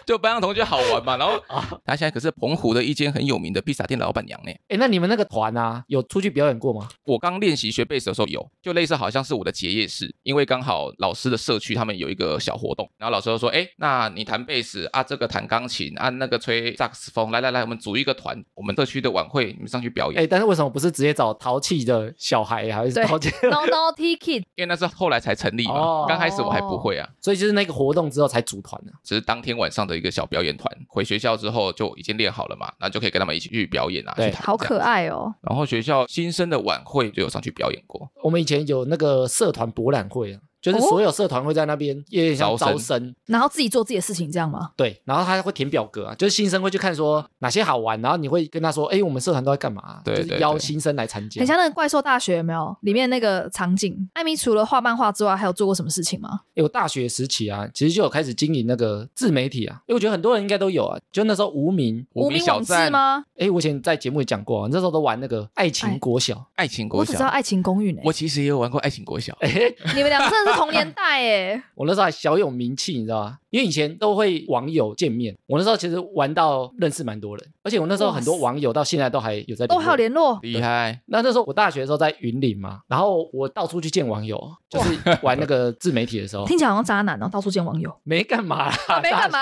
S3: 就班上同学好玩嘛。然后
S2: 啊
S3: 她现在可是澎湖的一间很有名的披萨店老板娘呢。
S2: 哎，那你们那个团啊，有出去表演过吗？
S3: 我刚练习学贝斯的时候有，就类似好像是我的结业式，因为刚好老师的社区他们有一个小活动，然后老师就说：“哎，那你弹贝斯啊，这个弹钢琴啊，那个吹萨克斯风，来来来，我们组一个团，我们社区的晚会，你们上去表演。”
S2: 哎，但是为什么不是直接找淘气的小孩，还是
S1: 对
S2: 淘气？
S1: No No T Kid，
S3: 因为那是后来才成立
S2: 哦
S3: 嘛，刚开始我还不会啊，
S2: 所以就是那个活动之后才组团的、
S3: 只是当天晚上的一个小表演团，回学校之后就已经练好了嘛，那就可以跟他们一起去表演啊，
S2: 对
S3: 去弹
S1: 好
S3: 这
S1: 可
S3: 样。
S1: 爱哦。
S3: 然后学校新生的晚会就有上去表演过，
S2: 我们以前有那个社团博览会啊，
S1: 哦
S2: 就是所有社团会在那边，有点像
S3: 招
S2: 招
S3: 生
S2: 生，
S1: 然后自己做自己的事情，这样吗？
S2: 对，然后他会填表格啊，就是新生会去看说哪些好玩，然后你会跟他说，哎，我们社团都在干嘛啊、
S3: 对
S2: 就是
S3: 对
S2: 邀
S3: 对
S2: 新生来参加
S1: 很。像那个怪兽大学有没有？里面那个场景，艾米除了画漫画之外，还有做过什么事情吗？
S2: 哎，我大学时期啊，其实就有开始经营那个自媒体啊，因为我觉得很多人应该都有啊，就那时候无名，
S1: 无
S3: 名
S1: 名
S3: 小
S1: 网志
S3: 站、
S1: 吗？
S2: 哎，我以前在节目也讲过、啊，那时候都玩那个爱
S1: 哎
S2: 情国小，
S3: 爱情国
S1: 我只知道《
S3: 小，
S1: 爱情公寓》呢
S3: 我。其实也有玩过爱情国小，
S2: 哎，
S1: 你们俩真的是同年代哎。
S2: 我那时候还小有名气，你知道吗？因为以前都会网友见面，我那时候其实玩到认识蛮多人，而且我那时候很多
S1: 哇塞
S2: 网友到现在都还有在
S1: 哦，
S2: 络
S1: 还有联络，
S3: 厉害。
S2: 那那时候我大学的时候在云林嘛，然后我到处去见网友，就是玩那个自媒体的时候，
S1: 听起来好像渣男哦，到处见网友，
S2: 没干嘛啦，
S1: 没干。嘛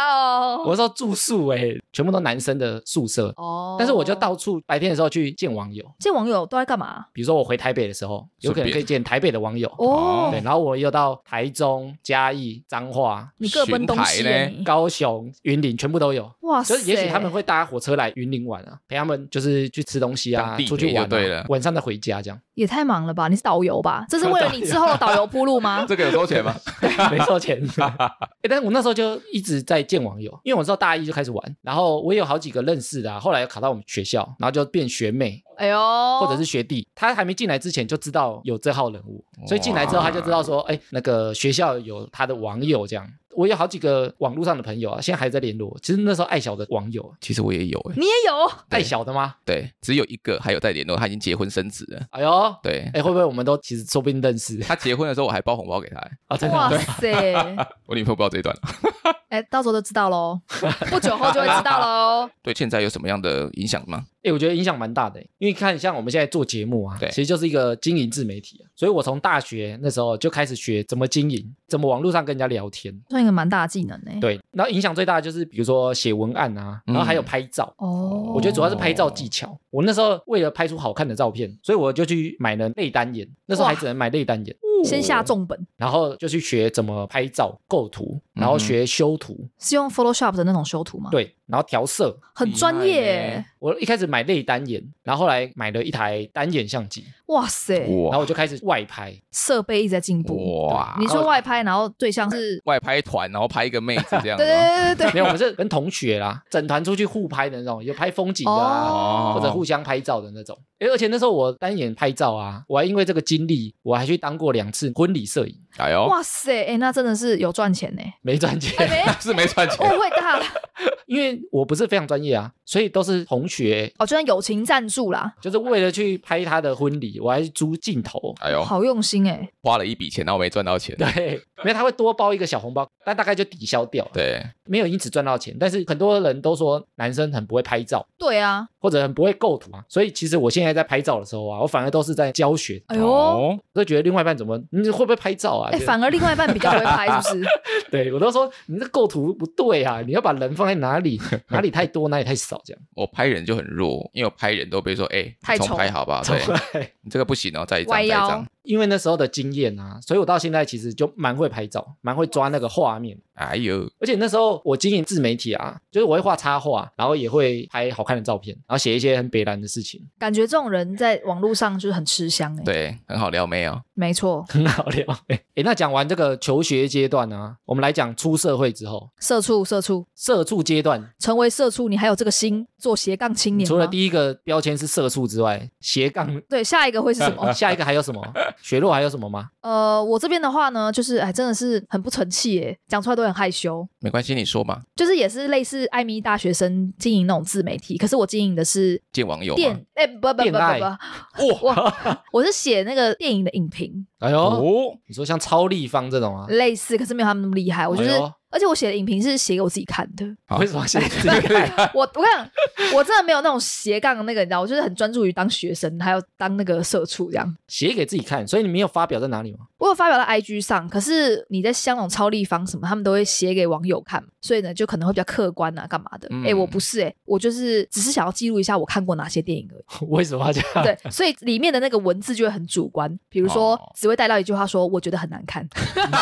S2: 我那
S1: 哦。
S2: 时候住宿哎、全部都男生的宿舍，
S1: 哦，
S2: 但是我就到处白天的时候去见网友，
S1: 见网友都在干嘛？
S2: 比如说我回台北的时候，有可能可以见台北的网友，
S1: 哦，
S2: 对，然后我又到台中、嘉义、彰化、
S1: 你各奔东西
S3: 巡台
S1: 耶
S3: 呢
S1: 你。
S2: 高雄、云林全部都有。
S1: 嗯哇
S2: 就
S1: 塞！
S2: 是也许他们会搭火车来云林玩啊，陪他们就是去吃东西啊
S3: 当地，陪
S2: 出去玩、啊，
S3: 就对了
S2: 晚上再回家这样，
S1: 也太忙了吧？你是导游吧？这是为了你之后的导游铺路 吗？
S3: 这个有收钱吗？
S2: 没收钱。欸但是我那时候就一直在见网友，因为我知道大一就开始玩，然后我也有好几个认识的、啊，后来又考到我们学校，然后就变学妹
S1: 哎呦，
S2: 或
S1: 或
S2: 者是学弟。他还没进来之前就知道有这号人物，所以进来之后
S3: 哇
S2: 他就知道说，哎、那个学校有他的网友这样。我有好几个网络上的朋友啊，现在还在联络。其实那时候爱小的网友，
S3: 其实我也有哎、
S1: 你也有
S3: 对
S2: 爱小的吗？
S3: 对，只有一个还有在联络，他已经结婚生子了。
S2: 哎呦，哎、
S3: 对，
S2: 会不会我们都其实说不定认识
S3: 他结婚的时候我还包红包给他、欸，
S2: 啊？真的吗
S1: 哇塞！
S3: 我女朋友不知道这一段了。
S1: 哎，到时候就知道喽，不久后就会知道喽。
S3: 对，现在有什么样的影响吗？
S2: 哎、我觉得影响蛮大的欸，因为看像我们现在做节目啊，
S3: 对
S2: 其实就是一个经营自媒体啊，所以我从大学那时候就开始学怎么经营，怎么网络上跟人家聊天。
S1: 算一个蛮大的技能呢。
S2: 对，然后影响最大的就是比如说写文案啊，然后还有
S3: 嗯哦
S2: 拍照。
S1: 哦，
S2: 我觉得主要是拍照技巧。我那时候为了拍出好看的照片，所以我就去买了内单眼，那时候还
S1: 哇哦
S2: 只能买内单眼，
S1: 先下重本，
S2: 然后就去学怎么拍照、构图，然后
S3: 嗯哼
S2: 学修图，
S1: 是用 Photoshop 的那种修图吗？，
S2: 对，然后调色。
S1: 很专业耶。
S2: 我一开始买内单眼，然后后来买了一台单眼相机，
S1: 哇塞，
S2: 然后
S3: 哇
S2: 我就开始外拍。
S1: 设备一直在进步。
S3: 哇，
S1: 你说外拍，然后对象是，
S3: 外拍团，然后拍一个妹子这样
S1: 对
S3: 子吗，
S1: 对对对
S2: 没
S1: 对，
S2: 有，我们是跟同学啦，整团出去互拍的那种，有拍风景的啊，
S3: 哦
S2: 或者互相拍照的那种。诶而且那时候我单眼拍照啊，我还因为这个经历，我还去当过两次婚礼摄影，
S3: 哎呦，
S1: 哇塞，哎，那真的是有赚钱呢。
S2: 没赚钱，
S1: 哎，没，
S3: 是没赚钱，
S1: 误会大了。
S2: 因为我不是非常专业啊，所以都是同学，
S1: 哦，就算友情赞助啦，
S2: 就是为了去拍他的婚礼，我还租镜头。
S3: 哎呦，
S1: 好用心哎、
S3: 花了一笔钱，然后没赚到钱。
S2: 对，因为他会多包一个小红包，但大概就抵消掉了，
S3: 对，
S2: 没有因此赚到钱。但是很多人都说男生很不会拍照，
S1: 对啊，
S2: 或者很不会构图啊，所以其实我现在在拍照的时候啊，我反而都是在教学，
S1: 哎呦，
S3: 哦，
S2: 我都觉得另外一半怎么你会不会拍照啊？
S1: 哎、反而另外一半比较不会拍，是不是？
S2: 对我都说你这构图不对啊，你要把人放在 哪里，哪里太多，哪里太少这样。
S3: 我拍人就很弱，因为我拍人都被说，哎，
S1: 太丑
S3: 重拍好吧？对，
S2: 对，
S3: 你这个不行哦，再一张，
S1: 歪
S3: 再一
S1: 腰
S3: 张。
S2: 因为那时候的经验啊，所以我到现在其实就蛮会拍照，蛮会抓那个画面。
S3: 哎呦，
S2: 而且那时候我经营自媒体啊，就是我会画插画，然后也会拍好看的照片，然后写一些很北蓝的事情，
S1: 感觉这种人在网络上就是很吃香哎、
S3: 对，很好哦聊没有？
S1: 没错，
S2: 很好聊。 哎、那讲完这个求学阶段啊，我们来讲出社会之后，
S1: 社畜社畜，
S2: 社畜阶段，
S1: 成为社畜，你还有这个心做斜杠青年吗？
S2: 除了第一个标签是社畜之外，斜杠？
S1: 对，下一个会是什么
S2: 下一个还有什么？雪落还有什么吗？
S1: 呃，我这边的话呢，就是哎，真的是很不成器耶，讲出来都很害羞。
S3: 没关系，你说嘛，
S1: 就是也是类似艾米大学生经营那种自媒体，可是我经营的是
S3: 见网友嘛
S1: 电，哎、不不不
S2: 恋爱
S1: 不不，哇，我是写那个电影的影评，
S2: 哎呦，
S3: 哦，
S2: 你说像超立方这种啊？
S1: 类似，可是没有他们那么厉害。我就是，
S2: 哎呦
S1: 而且我写的影评是写给我自己看 的。
S3: 好
S2: 为什么现在这
S3: 这
S2: 个？
S3: 个
S1: 我我看我真的没有那种斜杠的那个，你知道，我就是很专注于当学生，还有当那个社畜这样。
S2: 写给自己看，所以你没有发表在哪里吗？
S1: 我有发表到 IG 上，可是你在香港超立方什么，他们都会写给网友看，所以呢，就可能会比较客观啊，干嘛的？哎、
S3: 嗯
S1: 我不是哎、我就是只是想要记录一下我看过哪些电影而已。
S2: 为什么要这样？
S1: 对，所以里面的那个文字就会很主观，比如说、
S3: 哦
S1: 只会带到一句话说，我觉得很难 看，
S2: 你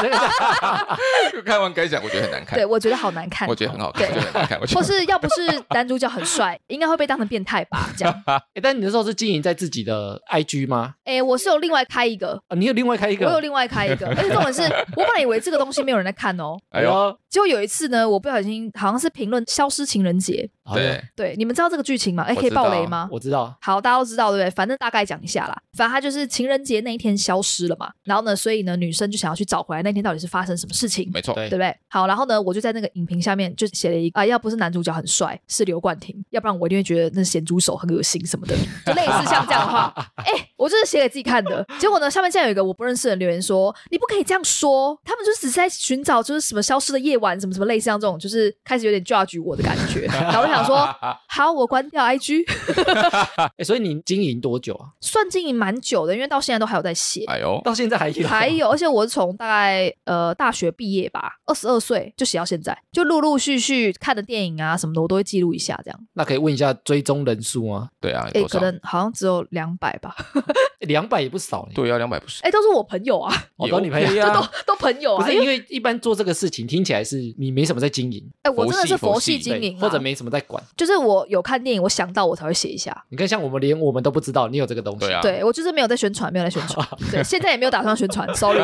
S2: 这个
S3: 看完感想，我觉得很难看
S1: 对，我觉得好难看
S3: 我。觉得很好看，
S1: 对
S3: 我觉得很难看，我觉
S1: 或
S3: 得
S1: 是要不是男主角很帅，应该会被当成变态吧？这样，
S2: 哎但你那时候是经营在自己的 IG 吗？
S1: 哎、我是有另外开一个，
S2: 啊，你有另外开一个？
S1: 我有另外开一个，而且重点是我本来以为这个东西没有人在看哦，
S3: 哎呦，
S2: 呦，
S1: 结果有一次呢，我不小心好像是评论《消失情人节
S2: 哎呦
S3: 对，》，
S1: 对，你们知道这个剧情吗？哎，
S3: 我
S1: 可以
S3: 知道
S1: 爆雷吗？
S2: 我知道。
S1: 好，大家都知道对不对？反正大概讲一下啦。反正他就是情人节那一天消失了嘛，然后呢，所以呢，女生就想要去找回来那天到底是发生什么事情，
S3: 没错，
S2: 对
S1: 对不对？好，然后呢，我就在那个影评下面就写了一个啊、要不是男主角很帅，是刘冠廷，要不然我一定会觉得那咸猪手很恶心什么 的，就类似像这样的话。哎、我就是写给自己看的。结果呢，下面竟然有一个我不认识的人留言说：“你不可以这样说，他们就只是在寻找就是什么消失的夜晚，什么什么类似像这种，就是开始有点 judge 我的感觉。”然后我就想说：“好，我关掉 IG。”
S2: 哎，所以你经营多久啊？
S1: 算经营蛮久的，因为到现在都还有在写。
S3: 哎呦，
S2: 到现在还有？
S1: 还有，而且我是从大概呃大学毕业吧，二十二岁就写到现在，就陆陆续续看的电影啊什么的，我都会记录一下这样。
S2: 那可以问一下追踪人数吗？哎
S3: 对啊，
S1: 哎、
S3: 多
S1: 可
S3: 少？
S1: 能好像只有两百吧。
S2: 两百也不少呢。，
S3: 对啊，两百不是，
S1: 哎、都是我朋友啊，
S2: 我
S3: 有
S2: 当女朋友
S1: 都都朋友
S2: 不
S1: 啊，
S2: 是
S1: 因为
S2: 因为一般做这个事情听起来是你没什么在经营，
S1: 哎、我真的是
S3: 佛
S1: 佛
S3: 系
S1: 系
S3: 佛系
S1: 经营、啊，
S2: 或者没什么在管。
S1: 就是我有看电影，我想到我才会写一下。
S2: 你看，像我们连我们都不知道你有这个东西，
S3: 对啊，
S1: 对我就是没有在宣传，没有在宣传，对，现在也没有打算宣传，sorry，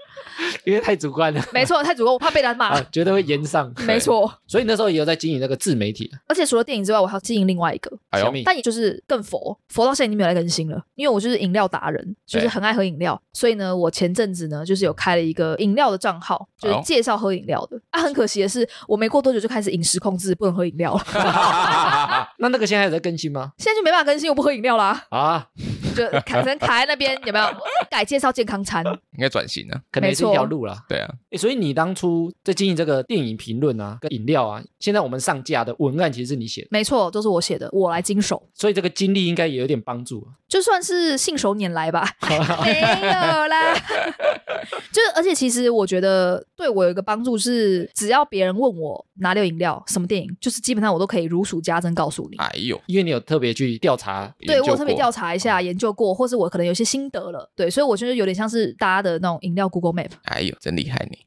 S2: 因为太主观了
S1: 没错，太主观，我怕被人骂
S2: 啊，，绝对会延上。
S1: 没错。
S2: 所以那时候也有在经营那个自媒体。啊
S1: 而且除了电影之外，我还要经营另外一个，
S3: 哎
S2: 小
S3: 呦，
S2: 米
S1: 但也就是更佛，佛到现在已经没有来更新了，因为我就是饮料达人，
S3: 哎
S1: 就是很爱喝饮料，所以呢，我前阵子呢就是有开了一个饮料的账号，
S3: 哎
S1: 就是介绍喝饮料的。啊，很可惜的是，我没过多久就开始饮食控制，不能喝饮料 了，
S2: 那那个现在还有在更新吗？
S1: 现在就没办法更新，我不喝饮料啦，
S2: 啊，
S1: 就卡成卡在那边，有没有？改介绍健康餐，
S3: 应该转型啊，
S2: 可能也是一
S1: 没错
S2: 条路啦。
S3: 对啊，
S2: 诶所以你当初在经营这个电影评论啊，跟饮料啊，现在我们上架的文案其实是你写的，
S1: 没错，都是我写的，我来经手。
S2: 所以这个经历应该也有点帮助啊。
S1: 就算是信手拈来 吧，没有啦。就是，而且其实我觉得对我有一个帮助是，只要别人问我哪里有饮料、什么电影，就是基本上我都可以如数家珍告诉你。
S3: 哎呦，
S2: 因为你有特别去调查，
S1: 对
S3: 研
S1: 我
S3: 究
S1: 有特别
S3: 过啊
S1: 调查一下、研究过，或是我可能有些心得了。对，所以我觉得有点像是大家的那种饮料 Google Map。
S3: 哎呦，真厉害你！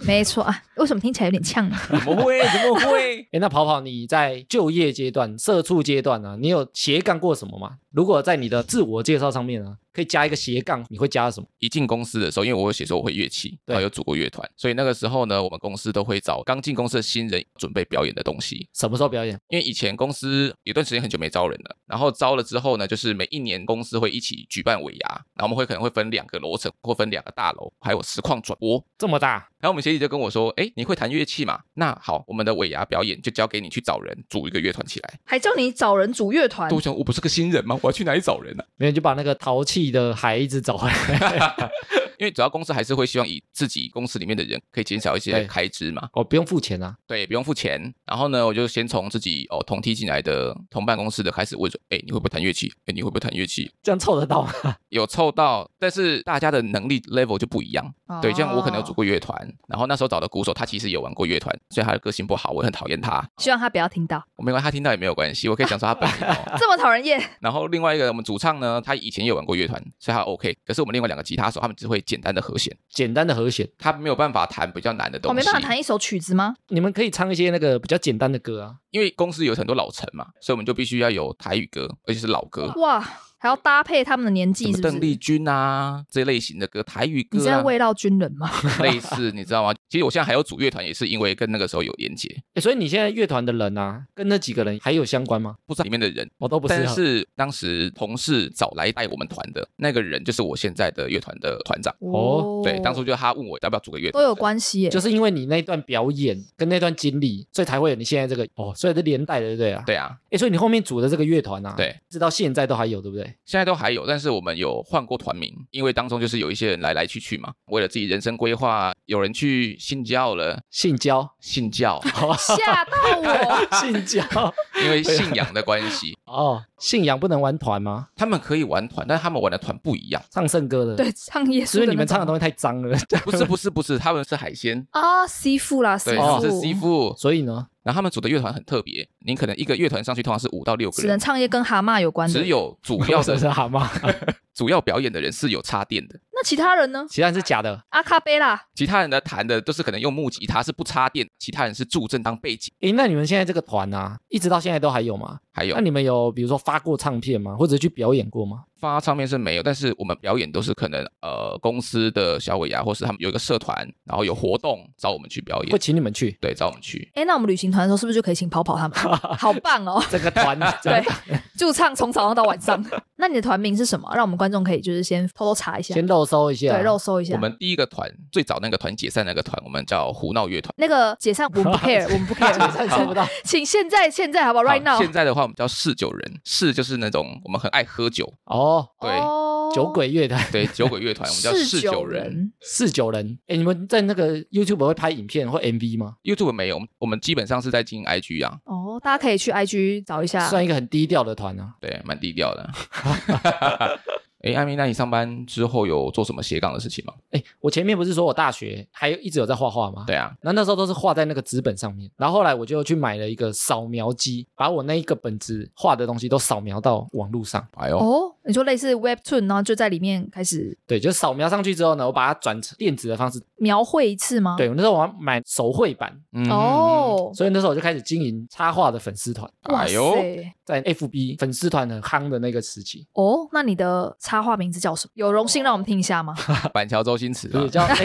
S1: 没错啊，为什么听起来有点呛啊呢？
S3: 怎么会？怎么会？
S2: 哎，那跑跑你在就业阶段、社畜阶段啊，你有斜杠过什么吗？如果在你的自我介绍上面啊，可以加一个斜杠，你会加什么？
S3: 一进公司的时候，因为我有写说我会乐器，
S2: 对
S3: 然后有组过乐团，所以那个时候呢，我们公司都会找刚进公司的新人准备表演的东西。
S2: 什么时候表演？
S3: 因为以前公司有段时间很久没招人了，然后招了之后呢，就是每一年公司会一起举办尾牙，然后我们会可能会分两个楼层或分两个大楼，还有实况转播。
S2: 这么大，啊
S3: 然后我们协理就跟我说，哎，你会弹乐器嘛？那好，我们的尾牙表演就交给你去找人组一个乐团起来。
S1: 还叫你找人组乐团
S3: 对，我想我不是个新人吗？我要去哪里找人呢、啊
S2: 没有就把那个淘气的孩子找回来。
S3: 因为主要公司还是会希望以自己公司里面的人可以减少一些
S2: 对
S3: 开支嘛，
S2: 哦，不用付钱啊，
S3: 对，不用付钱。然后呢，我就先从自己哦同梯进来的同办公室的开始问说，哎，你会不会弹乐器？哎，你会不会弹乐器？
S2: 这样凑得到吗？
S3: 有凑到，但是大家的能力 level 就不一样。对，像我可能有组
S1: 哦
S3: 过乐团，然后那时候找的鼓手他其实有玩过乐团，所以他的个性不好，我很讨厌他。
S1: 希望他不要听到，
S3: 我没关系，他听到也没有关系，我可以讲说他本名哦。
S1: 这么讨人厌。
S3: 然后另外一个我们主唱呢，他以前也有玩过乐团，所以他 OK。可是我们另外两个吉他手，他们只会简单的和弦，
S2: 简单的和弦，
S3: 他没有办法弹比较难的东
S1: 我哦
S3: 西。
S1: 没办法弹一首曲子吗？
S2: 你们可以唱一些那个比较简单的歌啊。
S3: 因为公司有很多老臣嘛，所以我们就必须要有台语歌，而且是老歌，
S1: 哇，还要搭配他们的年
S3: 什
S1: 纪，
S3: 么
S1: 哦是不
S3: 邓
S1: 是？
S3: 丽君啊这类型的歌，台语
S1: 你是
S3: 歌
S1: 在
S3: 啊，
S1: 慰劳军人 吗？
S3: 类似你知道吗？其实我现在还有组乐团，也是因为跟那个时候有连接，
S2: 诶所以你现在乐团的人啊，跟那几个人还有相关吗？
S3: 不知道里面的人。
S2: 我都不是
S3: 但
S2: 啊，
S3: 是当时同事找来带我们团的那个人，就是我现在的乐团的团长。
S2: 哦
S3: 对，当初就他问我要不要组个乐团，
S1: 都有关系耶，
S2: 就是因为你那段表演跟那段经历，所以才会有你现在这个哦，所以是连带的，对不对啊？
S3: 对啊，
S2: 诶所以你后面组的这个乐团啊，
S3: 对，
S2: 直到现在都还有，对不对？
S3: 现在都还有，但是我们有换过团名，因为当中就是有一些人来来去去嘛，为了自己人生规划，有人去信教了，
S2: 性交，。
S3: 信教，
S1: 吓到我
S2: 性交，
S3: 因为信仰的关系，
S2: 哦，信仰不能玩团吗？
S3: 他们可以玩团，但他们玩的团不一样，
S2: 唱圣歌的，
S1: 对，唱耶
S2: 是
S1: 稣的
S2: 不是
S1: 那
S2: 你们唱的
S1: 种
S2: 东西太脏 了？
S3: 不是不是不是，他们是海鲜。
S1: 啊，西父啦，
S3: 对，
S1: 西
S3: 他
S1: 父
S3: 们是西妇，
S2: 所以呢，
S3: 然后他们组的乐团很特别，您可能一个乐团上去通常是五到六个
S1: 只能
S3: 人，
S1: 唱一些跟蛤蟆有关的。
S3: 只有主 要
S2: 是
S3: 的
S2: 不是蛤蟆？
S3: 主要表演的人是有插电的，
S1: 那其他人呢？
S2: 其他人是假的。
S1: 阿卡贝拉
S3: 其他人的弹的都是可能用木吉他是不插电，其他人是助阵当背景。
S2: 诶，那你们现在这个团啊，一直到现在都还有吗？
S3: 还有
S2: 那你们有比如说发过唱片吗？或者去表演过吗？
S3: 发唱片是没有，但是我们表演都是可能呃公司的小尾牙，或是他们有一个社团，然后有活动找我们去表
S2: 会
S3: 演，
S2: 请你们去
S3: 对，找我们去。
S1: 哎，那我们旅行团的时候是不是就可以请跑跑 他们？好棒哦！
S2: 这个团？
S1: 对，驻唱从早上到晚上。 那你的团名是什么？让我们观众可以就是先偷偷查一下，
S2: 先肉搜一下。
S1: 对肉搜一
S3: 我
S1: 下。
S3: 们第一个团最早那个团解散那个团，我们叫胡闹乐团。
S1: 那个解散 我们不 care，我们不 care，
S2: 看搜不到。
S1: 请现在现在好不好？Right
S3: 好
S1: now，
S3: 现在的话我们叫嗜酒人，嗜就是那种我们很爱喝酒，
S2: 哦，
S3: 对、
S1: 哦
S2: 酒鬼乐团
S3: 对，酒鬼乐团，我们叫
S1: 是
S3: 嗜酒
S1: 酒
S3: 人。。
S2: 四九人。诶，你们在那个 YouTube 会拍影片或 MV 吗？
S3: YouTube 没有，我们基本上是在经营 IG 啊，
S1: 哦，大家可以去 IG 找一下。
S2: 算一个很低调的团啊。
S3: 对，蛮低调的。 哎，艾米，那你上班之后有做什么斜杠的事情吗？
S2: 诶，我前面不是说我大学还有一直有在画画吗？
S3: 对啊，
S2: 那那时候都是画在那个纸本上面，然后后来我就去买了一个扫描机，把我那一个本子画的东西都扫描到网络上。
S3: 哎呦，
S1: 哦，你说类似 Webtoon，然后就在里面开始
S2: 对，就扫描上去之后呢，我把它转成电子的方式。
S1: 描绘一次吗？
S2: 对，我那时候我要买手绘版，
S3: 嗯，
S1: 哦，
S2: 所以那时候我就开始经营插画的粉丝团，
S1: 哇
S3: 哎呦，
S1: 塞，
S2: 在 FB 粉丝团很夯的那个时期，
S1: 哦，那你的插画名字叫什么？有荣幸让我们听一下 吗？
S3: 板桥周星驰
S2: 就
S3: 啊
S2: 是，叫哎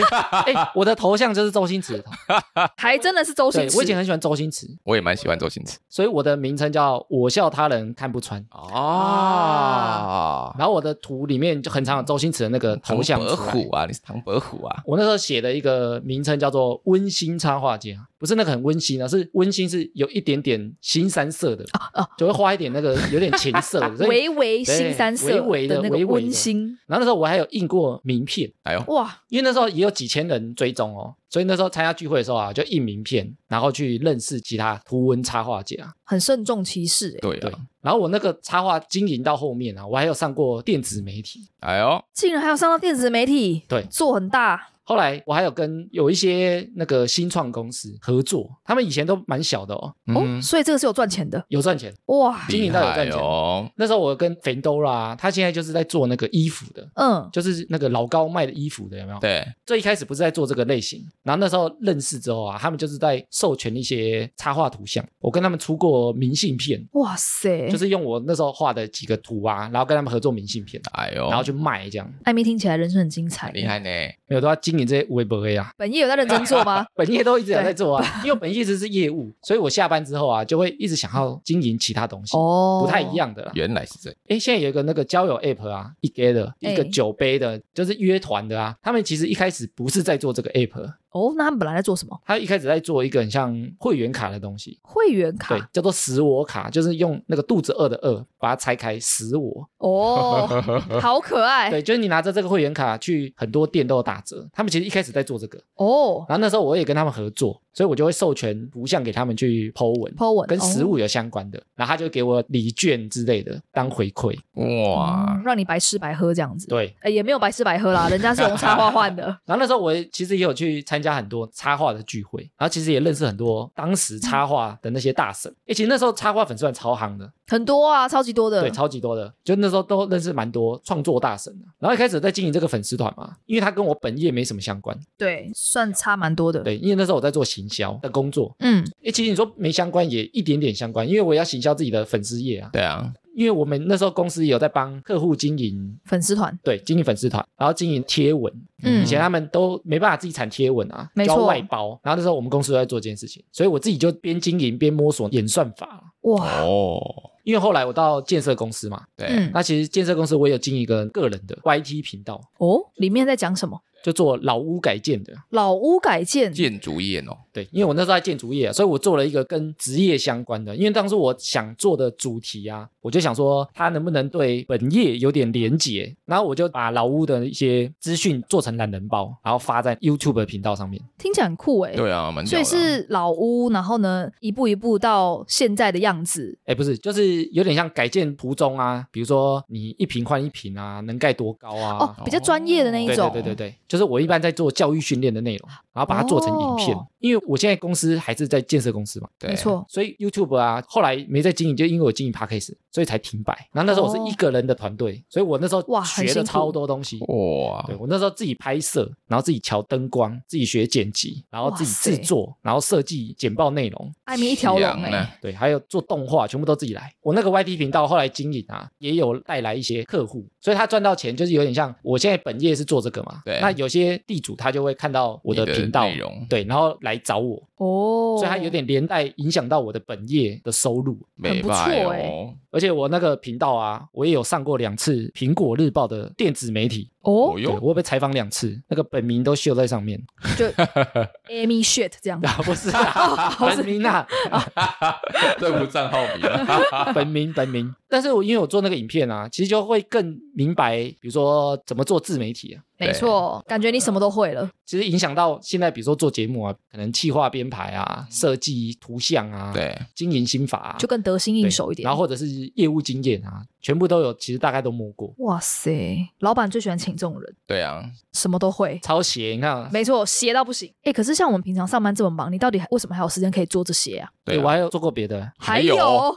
S2: 哎，我的头像就是周星驰的头。
S1: 还真的是周
S2: 对
S1: 星，驰。
S2: 我以前很喜欢周星驰，
S3: 我也蛮喜欢周星驰
S2: 所以我的名称叫我笑他人看不穿。
S3: 哦，
S2: 然后我的图里面就很常有周星驰的那个
S3: 唐
S2: 头像
S3: 伯
S2: 出来
S3: 虎啊，你是唐伯虎啊，
S2: 我那时候写的一个名称叫做“温馨插画家”，不是那个很温馨啊，是温馨是有一点点新三色的，就会画一点那个有点情 色的。所
S1: 哦
S2: 以
S1: 微微新三色
S2: 对微微的
S1: 那个
S2: 微微的
S1: 温馨，
S2: 然后那时候我还有印过名片，
S3: 哎呦，
S1: 哇，
S2: 因为那时候也有几千人追踪哦，所以那时候参加聚会的时候啊，就印名片，然后去认识其他图文插画家。
S1: 很慎重其事哎，
S3: 对
S2: 对
S3: 啊，，
S2: 然后我那个插画经营到后面啊，我还有上过电子媒体。
S3: 哎呦，
S1: 竟然还有上到电子媒体，
S2: 对
S1: 做很大，
S2: 后来我还有跟有一些那个新创公司合作，他们以前都蛮小的哦，
S1: 哦，
S3: 嗯，
S1: 所以这个是有赚钱的，
S2: 有赚钱。
S1: 哇，
S2: 经营到有赚钱
S3: 厉害哦，
S2: 那时候我跟 Fendora，他现在就是在做那个衣服的，
S1: 嗯，
S2: 就是那个老高卖的衣服的，有没有？。
S3: 对，
S2: 最一开始不是在做这个类型，然后那时候认识之后啊，他们就是在授权一些插画图像，我跟他们出过明信片，
S1: 哇塞，
S2: 就是用我那时候画的几个图啊，然后跟他们合作明信片，啊
S3: 哎呦，
S2: 然后去卖这样。
S1: 艾米听起来人生很精彩，
S3: 厉害。呢，
S2: 没有都要经营这些微博啊，
S1: 本业有在认真做吗？
S2: 本业都一直有在做啊，因为我本业一直是业务，所以我下班之后啊，就会一直想要经营其他东西，
S1: 哦，
S2: 不太一。样的啦。
S3: 原来是这样，
S2: 哎，现在有一个那个交友 app 啊，一 g a 的一个
S1: 诶
S2: 酒杯的，就是约团的啊。他们其实一开始不是在做这个 app，
S1: 哦，那他们本来在做什么？
S2: 他一开始在做一个很像会员卡的东西，
S1: 会员
S2: 对
S1: 卡，
S2: 叫做食我卡，就是用那个肚子饿的饿把它拆开食我。
S1: 哦，好可爱
S2: 对，就是你拿着这个会员卡去很多店都有打折。他们其实一开始在做这个，
S1: 哦。
S2: 然后那时候我也跟他们合作，所以我就会授权图像给他们去 Po 文。
S1: Po 文
S2: 跟食
S1: 哦
S2: 物有相关的，然后他就给我礼券之类的当回馈。
S3: 哇
S1: 嗯，让你白吃白喝这样子，
S2: 对，，
S1: 哎，也没有白吃白喝啦，人家是用插画换的
S2: 然后那时候我其实也有去参加很多插画的聚会，然后其实也认识很多当时插画的那些大神。诶，其实那时候插画粉丝团超行的，
S1: 很多啊，超级多的，
S2: 对，超级多的，就那时候都认识蛮多创作大神的。然后一开始在经营这个粉丝团嘛，因为它跟我本业没什么相关，
S1: 对，算差蛮多的，，
S2: 对，因为那时候我在做行销的工作。
S1: 嗯，
S2: 诶，其实你说没相关也一点点相关，因为我也要行销自己的粉丝业啊。
S3: 对啊，
S2: 因为我们那时候公司也有在帮客户经营，
S1: 粉丝团，
S2: 对，经营粉丝团，然后经营贴文，
S1: 嗯
S2: 以前他们都没办法自己产贴文啊，
S1: 没
S2: 就要
S1: 错
S2: 外包。然后那时候我们公司都在做这件事情，所以我自己就边经营边摸索演算法。
S1: 哇，
S3: 哦，
S2: 因为后来我到建设公司嘛，
S3: 对，
S1: 嗯，
S2: 那其实建设公司我也有经营一个个人的 YT 频道，
S1: 哦，里面在讲什么？
S2: 就做老屋改建的。
S1: 老屋改建，
S3: 建筑业哦，
S2: 对，因为我那时候在建筑业、啊，所以我做了一个跟职业相关的。因为当时我想做的主题啊，我就想说它能不能对本业有点连结，然后我就把老屋的一些资讯做成懒人包，然后发在 YouTube 的频道上面。
S1: 听起来很酷哎，
S3: 对啊，蛮
S1: 所
S3: 屌
S1: 以
S3: 的啊。
S1: 是老屋，然后呢，一步一步到现在的样子，
S2: 哎，不是，就是有点像改建途中啊，比如说你一瓶换一瓶啊，能盖多高啊？
S1: 哦，比较专业的那一
S2: 对
S1: 种，
S2: 对对对对，就是我一般在做教育训练的内容，然后把它做成影片，
S1: 哦
S2: 因为我现在公司还是在建设公司嘛，
S3: 对
S1: 没，错，
S2: 所以 YouTube 啊，后来没在经营，就因为我经营 Podcast，所以才停摆。然后那时候我是一个人的团队，所以我那时候
S1: 哇很
S2: 学
S1: 辛
S2: 了
S1: 苦
S2: 超多东西。
S3: 哇，
S2: 对我那时候自己拍摄，然后自己调灯光，自己学剪辑，然后自己
S1: 哇塞
S2: 制作，然后设计简报内容，
S1: 艾米一条龙
S3: 洋
S1: 哎，
S3: 啊，
S2: 对，还有做动画，全部都自己来。我那个 YT 频道后来经营啊，也有带来一些客户，所以他赚到钱就是有点像我现在本业是做这个嘛，
S3: 对
S2: 那有些地主他就会看到我的
S3: 你的
S2: 频道
S3: 内容
S2: 对，然后来找我，
S1: 哦，
S2: 所以他有点连带影响到我的本业的收入。
S3: 没
S1: 不
S3: 办
S1: 错
S3: 法
S1: 欸
S3: 哦，
S2: 而且我那个频道啊，我也有上过两次《苹果日报》的电子媒体，
S1: 哦
S3: 哦，
S2: 对
S3: 哟，
S2: 我被采访两次，那个本名都秀在上 面。
S1: 就 Amy shit 这样，
S2: 啊，不是
S3: 哦
S2: 啊，本名啊，
S3: 这不账号名 啊，
S2: 本名本名。但是我因为我做那个影片啊，其实就会更明白，比如说怎么做自媒体啊。
S1: 没错，感觉你什么都会了，
S2: 其实影响到现在，比如说做节目啊，可能企划编排啊、设计图像啊、
S3: 对，
S2: 经营心法啊，
S1: 就更得心应
S2: 对
S1: 手一点。
S2: 然后或者是业务经验啊，全部都有，其实大概都摸过。
S1: 哇塞，老板最喜欢请这种人，
S3: 对啊，
S1: 什么都会。
S2: 抄写，你看啊，
S1: 没错，斜到不行。哎，可是像我们平常上班这么忙，你到底还为什么还有时间可以做这些啊？
S3: 对啊
S2: 我还有做过别的。
S3: 还有
S1: 有，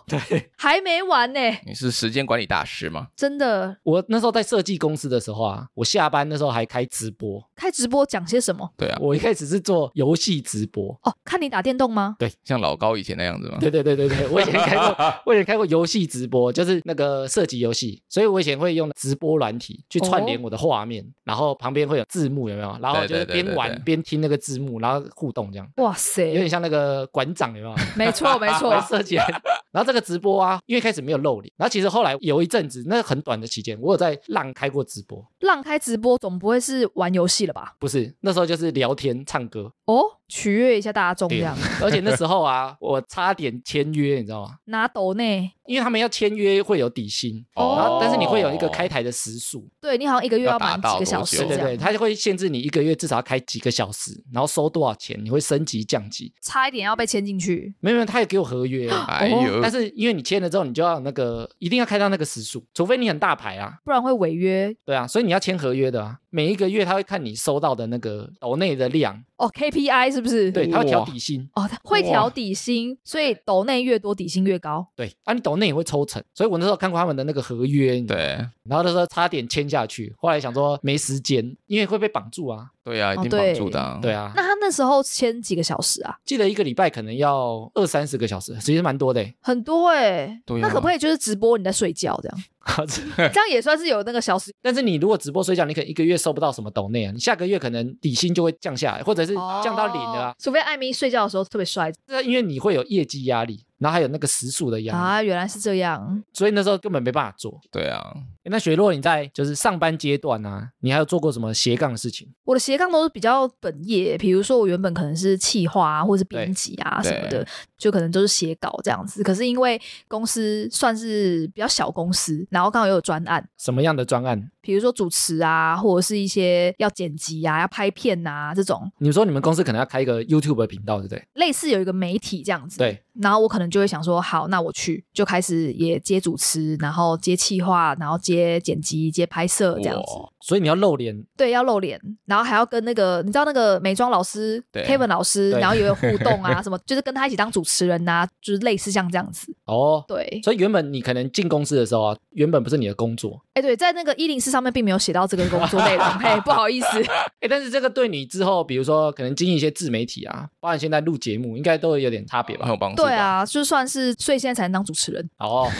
S1: 还没完呢，
S3: 你是时间管理大师吗？
S1: 真的
S2: 我那时候在设计公司的时候啊，我下班那时候还开直播。
S1: 开直播讲些什么？
S3: 对啊，
S2: 我一开始是做游戏直播，
S1: 哦，看你打电动吗？
S3: 像老高以前那样子吗？
S2: 对对对对对，我以前开 过，我以前开过游戏直播，就是那个射击游戏，所以我以前会用直播软体去串联我的画面，然后旁边会有字幕，有没有？然后就是
S3: 对对对
S2: 边
S3: 对
S2: 玩
S3: 对
S2: 边听那个字幕，然后互动这样，
S1: 哇
S2: 有
S1: 塞，
S2: 点像那个馆长，有没有？，
S1: 没错没错
S2: 设计人。然后这个直播啊，因为开始没有露脸，然后其实后来有一阵子，那很短的期间，我有在浪开过直播，
S1: 浪开直播总不会是玩游戏了吧？
S2: 不是那时候就是聊天、唱歌，
S1: 哦，取悦一下大众这样，
S2: 而且那时候啊， 我差点签约，你知道吗？
S1: 拿抖内，
S2: 因为他们要签约会有底薪，
S1: 哦
S2: 然后但是你会有一个开台的时数，
S1: 对你好像一个月
S3: 要
S1: 要
S3: 达
S1: 满
S3: 到
S1: 几个
S3: 多
S1: 小时
S3: 久
S2: 对
S1: 这
S2: 对
S1: 样
S2: 对，，他就会限制你一个月至少要开几个小时，然后收多少钱，你会升级降级。
S1: 差一点要被牵进去。
S2: 没有没有，他也给我合约啊。
S3: 哎呦，
S2: 但是因为你签了之后，你就要有那个一定要开到那个时数，除非你很大牌啊，
S1: 不然会违约
S2: 对啊，所以你要签合约的啊。每一个月他会看你收到的那个抖内的量，
S1: 哦，KPI 是不是？
S2: 对，他会调
S3: 哇
S2: 底薪，
S1: 哦，它会调
S3: 哇
S1: 底薪，所以抖内越多底薪越高。
S2: 对，啊，你抖内也会抽成，所以我那时候看过他们的那个合约，你知道吗，
S3: 对
S2: 然后那时候差点签下去，后来想说没时间，因为会被绑住啊，
S3: 对啊，一
S1: 哦
S3: 定
S1: 对
S3: 帮助的啊，
S2: 对啊，
S1: 那他那时候签几个小时啊？
S2: 记得一个礼拜可能要二三十个小时，其实蛮多的欸。
S1: 很多哎、
S3: 对啊
S1: 那可不可以就是直播你在睡觉这样？
S2: 啊
S1: 这样也算是有那个小时
S2: 但是你如果直播睡觉，你可能一个月收不到什么抖内啊，你下个月可能底薪就会
S1: 哦
S2: 降下来，或者是降到零了啊
S1: 哦。除非艾米睡觉的时候特别帅
S2: 这、因为你会有业绩压力，然后还有那个时速的压力，
S1: 啊，原来是这样。
S2: 所以那时候根本没办法做。
S3: 对啊，
S2: 诶那雪落你在就是上班阶段啊，你还有做过什么斜杠的事情？
S1: 我的斜杠都是比较本业，比如说我原本可能是企划啊，或是编辑啊
S3: 对
S1: 什
S3: 对
S1: 么的，就可能都是写稿这样子。可是因为公司算是比较小公司，然后刚好又有专案，
S2: 什么样的专案？
S1: 比如说主持啊，或者是一些要剪辑啊、要拍片啊这种，
S2: 你说你们公司可能要开一个 YouTube 的频道，对不对？
S1: 类似有一个媒体这样子。
S2: 对。
S1: 然后我可能就会想说，好，那我去，就开始也接主持，然后接企划，然后接剪辑、接拍摄这样子。
S3: 哇
S2: 所以你要露脸，
S1: 对，要露脸，然后还要跟那个你知道那个美妆老师
S3: 对
S1: Kevin 老师，
S2: 对
S1: 然后也有互动 啊，什么就是跟他一起当主持人呐、就是类似像这样子。
S2: 哦。
S1: 对，
S2: 所以原本你可能进公司的时候啊，原本不是你的工作，
S1: 哎，对，在那个一零四上面并没有写到这个工作 内容，嘿，不好意思，
S2: 哎，但是这个对你之后，比如说可能经营一些自媒体啊，包含现在录节目，应该都有点差别
S3: 很
S2: 吧？
S3: 有帮助。
S1: 对，啊，就算是所以现在才能当主持人，
S2: 哦，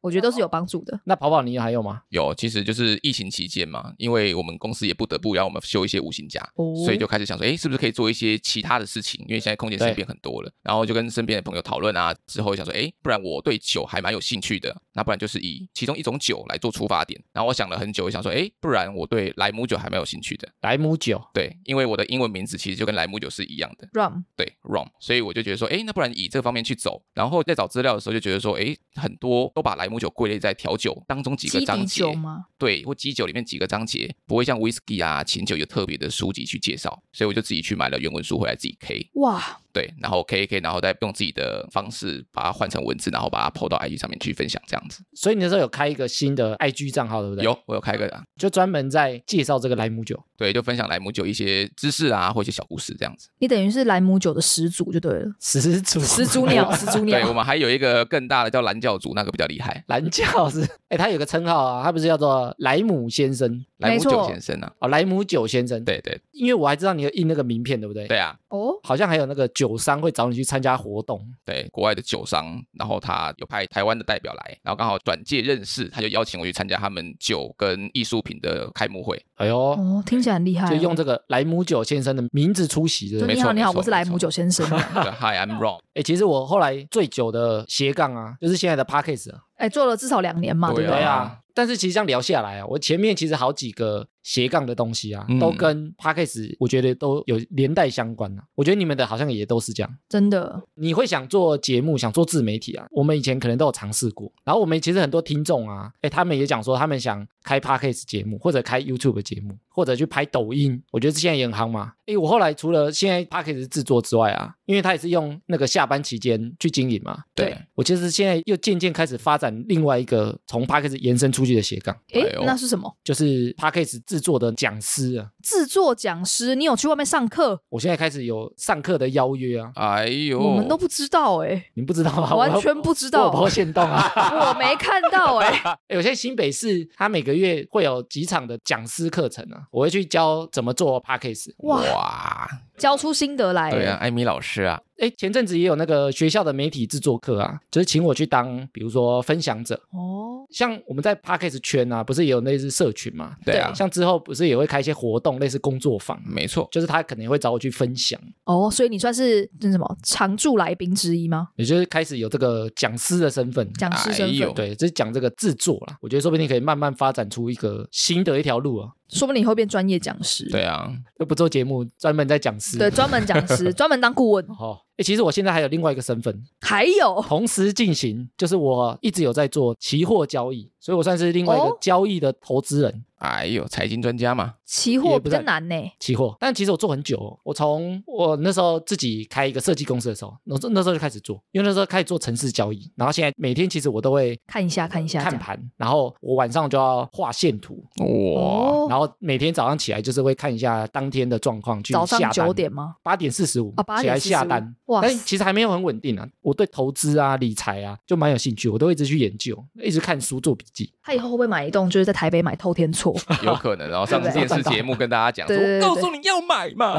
S1: 我觉得都是有帮助的。
S2: 那跑跑你还有吗？
S3: 有，其实就是疫情期间嘛，因为我们公司也不得不让我们休一些无薪假，
S1: 哦
S3: 所以就开始想说，哎，是不是可以做一些其他的事情？因为现在空姐身边很多了，然后就跟身边的朋友讨论啊，之后想说，哎，不然我对酒还蛮有兴趣的，那不然就是以其中一种酒来做出发点。然后我想了很久，想说，哎，不然我对莱姆酒还蛮有兴趣的，
S2: 莱姆酒，
S3: 对，因为我的英文名字其实就跟莱姆酒是一样的。
S1: Rum
S3: 对 rum，所以我就觉得说，哎，那不然以这个方面去走。然后在找资料的时候就觉得说，哎，很多都把莱姆酒归类在调酒当中几个
S1: 基
S3: 章
S1: 底
S3: 节，
S1: 酒吗？
S3: 对，或基酒里面几个章节不会像 whisky 啊、琴酒有特别的书籍去介绍，所以我就自己去买了原文书回来自己 K，
S1: 哇，
S3: 对，然后 K K，然后再用自己的方式把它换成文字，然后把它 PO 到 IG 上面去分享，这样子。
S2: 所以你那时候有开一个新的 IG 账号，对不对？，
S3: 有，我有开个啊，
S2: 就专门在介绍这个莱姆酒。
S3: 对，就分享莱姆酒一些知识啊，或一些小故事这样子。
S1: 你等于是莱姆酒的始祖就对 了，
S2: 始 祖，
S1: 始祖鸟，始祖
S3: 对我
S1: 鸟。
S3: 们还有一个更大的叫蓝教主，那个比较厉害，
S2: 蓝教是，哎、他有个称号啊，他不是叫做莱姆先生
S3: 莱姆
S1: 没
S3: 酒
S1: 错
S3: 先生啊，
S2: 哦，莱姆酒先生。，
S3: 对对
S2: 因为我还知道你有印那个名片，对不对？
S3: 对，啊，
S1: 哦，
S2: 好像还有那个酒商会找你去参加活动，
S3: 对国外的酒商，然后他有派台湾的代表来，然后刚好转介认识，他就邀请我去参加他们酒跟艺术品的开幕会。
S2: 哎呦，
S1: 哦，听起来很厉害哦。
S2: 就用这个莱姆酒先生的名字出席，
S1: 就
S2: 对不对？
S1: 你好，
S3: 没错
S1: 你好，
S3: 没错
S1: 我是莱姆
S3: 没错
S1: 酒先生。
S3: 对 Hi, I'm Ron。
S2: 哎、其实我后来最久的斜杠啊，就是现在的 p a c k a g e 啊，
S1: 哎，做了至少两年嘛，对
S3: 对
S1: 不
S3: 啊
S1: 对？
S2: 啊。但是其实这样聊下来啊，我前面其实好几个斜杠的东西啊，
S3: 嗯
S2: 都跟 p a c k a g e 我觉得都有连带相关啊。我觉得你们的好像也都是这样。
S1: 真的，
S2: 你会想做节目，想做自媒体啊？我们以前可能都有尝试过。然后我们其实很多听众啊，哎，他们也讲说他们想开 podcast 节目，或者开 YouTube 节目，或者去拍抖音。我觉得现在也很夯嘛。哎，我后来除了现在 podcast 制作之外啊，因为他也是用那个下班期间去经营嘛。
S1: 对
S2: 我其实现在又渐渐开始发展另外一个从 podcast 延伸出去的斜杠，
S1: 哎
S3: 哎呦，
S1: 那是什么？
S2: 就是 podcast 制作的讲师啊。
S1: 制作讲师，你有去外面上课？
S2: 我现在开始有上课的邀约啊，
S3: 哎呦，
S1: 我们都不知道 哎，
S2: 你不知道吗？
S1: 完全不知道
S2: 我有现动啊。
S1: 我没看到哎。
S2: 欸有些新北市，它每个月会有几场的讲师课程啊，我会去教怎么做 p a c k a g e
S1: 哇，
S3: 哇，
S1: 教出心得来。哎
S3: 对啊，，艾米老师啊，
S2: 哎，前阵子也有那个学校的媒体制作课啊，就是请我去当，比如说分享者。
S1: 哦，
S2: 像我们在 p a c k a g e 圈啊，不是也有类似社群嘛？
S3: 对啊
S2: 像之后不是也会开一些活动，类似工作坊，啊
S3: 没错，
S2: 就是他可能会找我去分享，
S1: 哦，所以你算是那什么常驻来宾之一吗？
S2: 也就是开始有这个讲师的身份。
S1: 讲师身
S3: 哎呦
S1: 份，
S2: 对，就是讲这个制作啦，我觉得说不定可以慢慢发展出一个新的一条路啊，
S1: 说不定你会变专业讲师。
S3: 对啊，
S2: 就不做节目，专门在讲师。
S1: 对，专门讲 师，专门当顾问。
S2: 哦，哎、其实我现在还有另外一个身份，
S1: 还有
S2: 同时进行，就是我一直有在做期货交易，所以我算是另外一个
S1: 哦
S2: 交易的投资人，
S3: 哎呦，财经专家嘛，
S1: 期
S2: 也
S1: 货
S2: 不
S1: 比
S2: 在
S1: 较难呢。
S2: 期货。但其实我做很久哦、我从我那时候自己开一个设计公司的时候，那那时候就开始做，因为那时候开始做城市交易，然后现在每天其实我都会
S1: 看一下，啊看一下，这
S2: 看
S1: 样。
S2: 盘，然后我晚上就要画线图，
S3: 哇，
S1: 哦，
S2: 然后每天早上起来就是会看一下当天的状况去
S1: 早
S2: 下
S1: 上
S2: 单
S1: 九点吗？
S2: 八点四十五
S1: 哦8
S2: 起来
S1: 点
S2: 下
S1: 45
S2: 单，
S1: 哇
S2: 但其实还没有很稳定啊。我对投资啊、理财啊就蛮有兴趣，我都一直去研究，一直看书做笔 记。
S1: 他以后会不会买一栋，就是在台北买透天 厝？
S3: 有可能。然后上次
S1: 对
S3: 电视节目跟大家讲说，
S1: 哦对对对
S3: 我告诉你要买 嘛，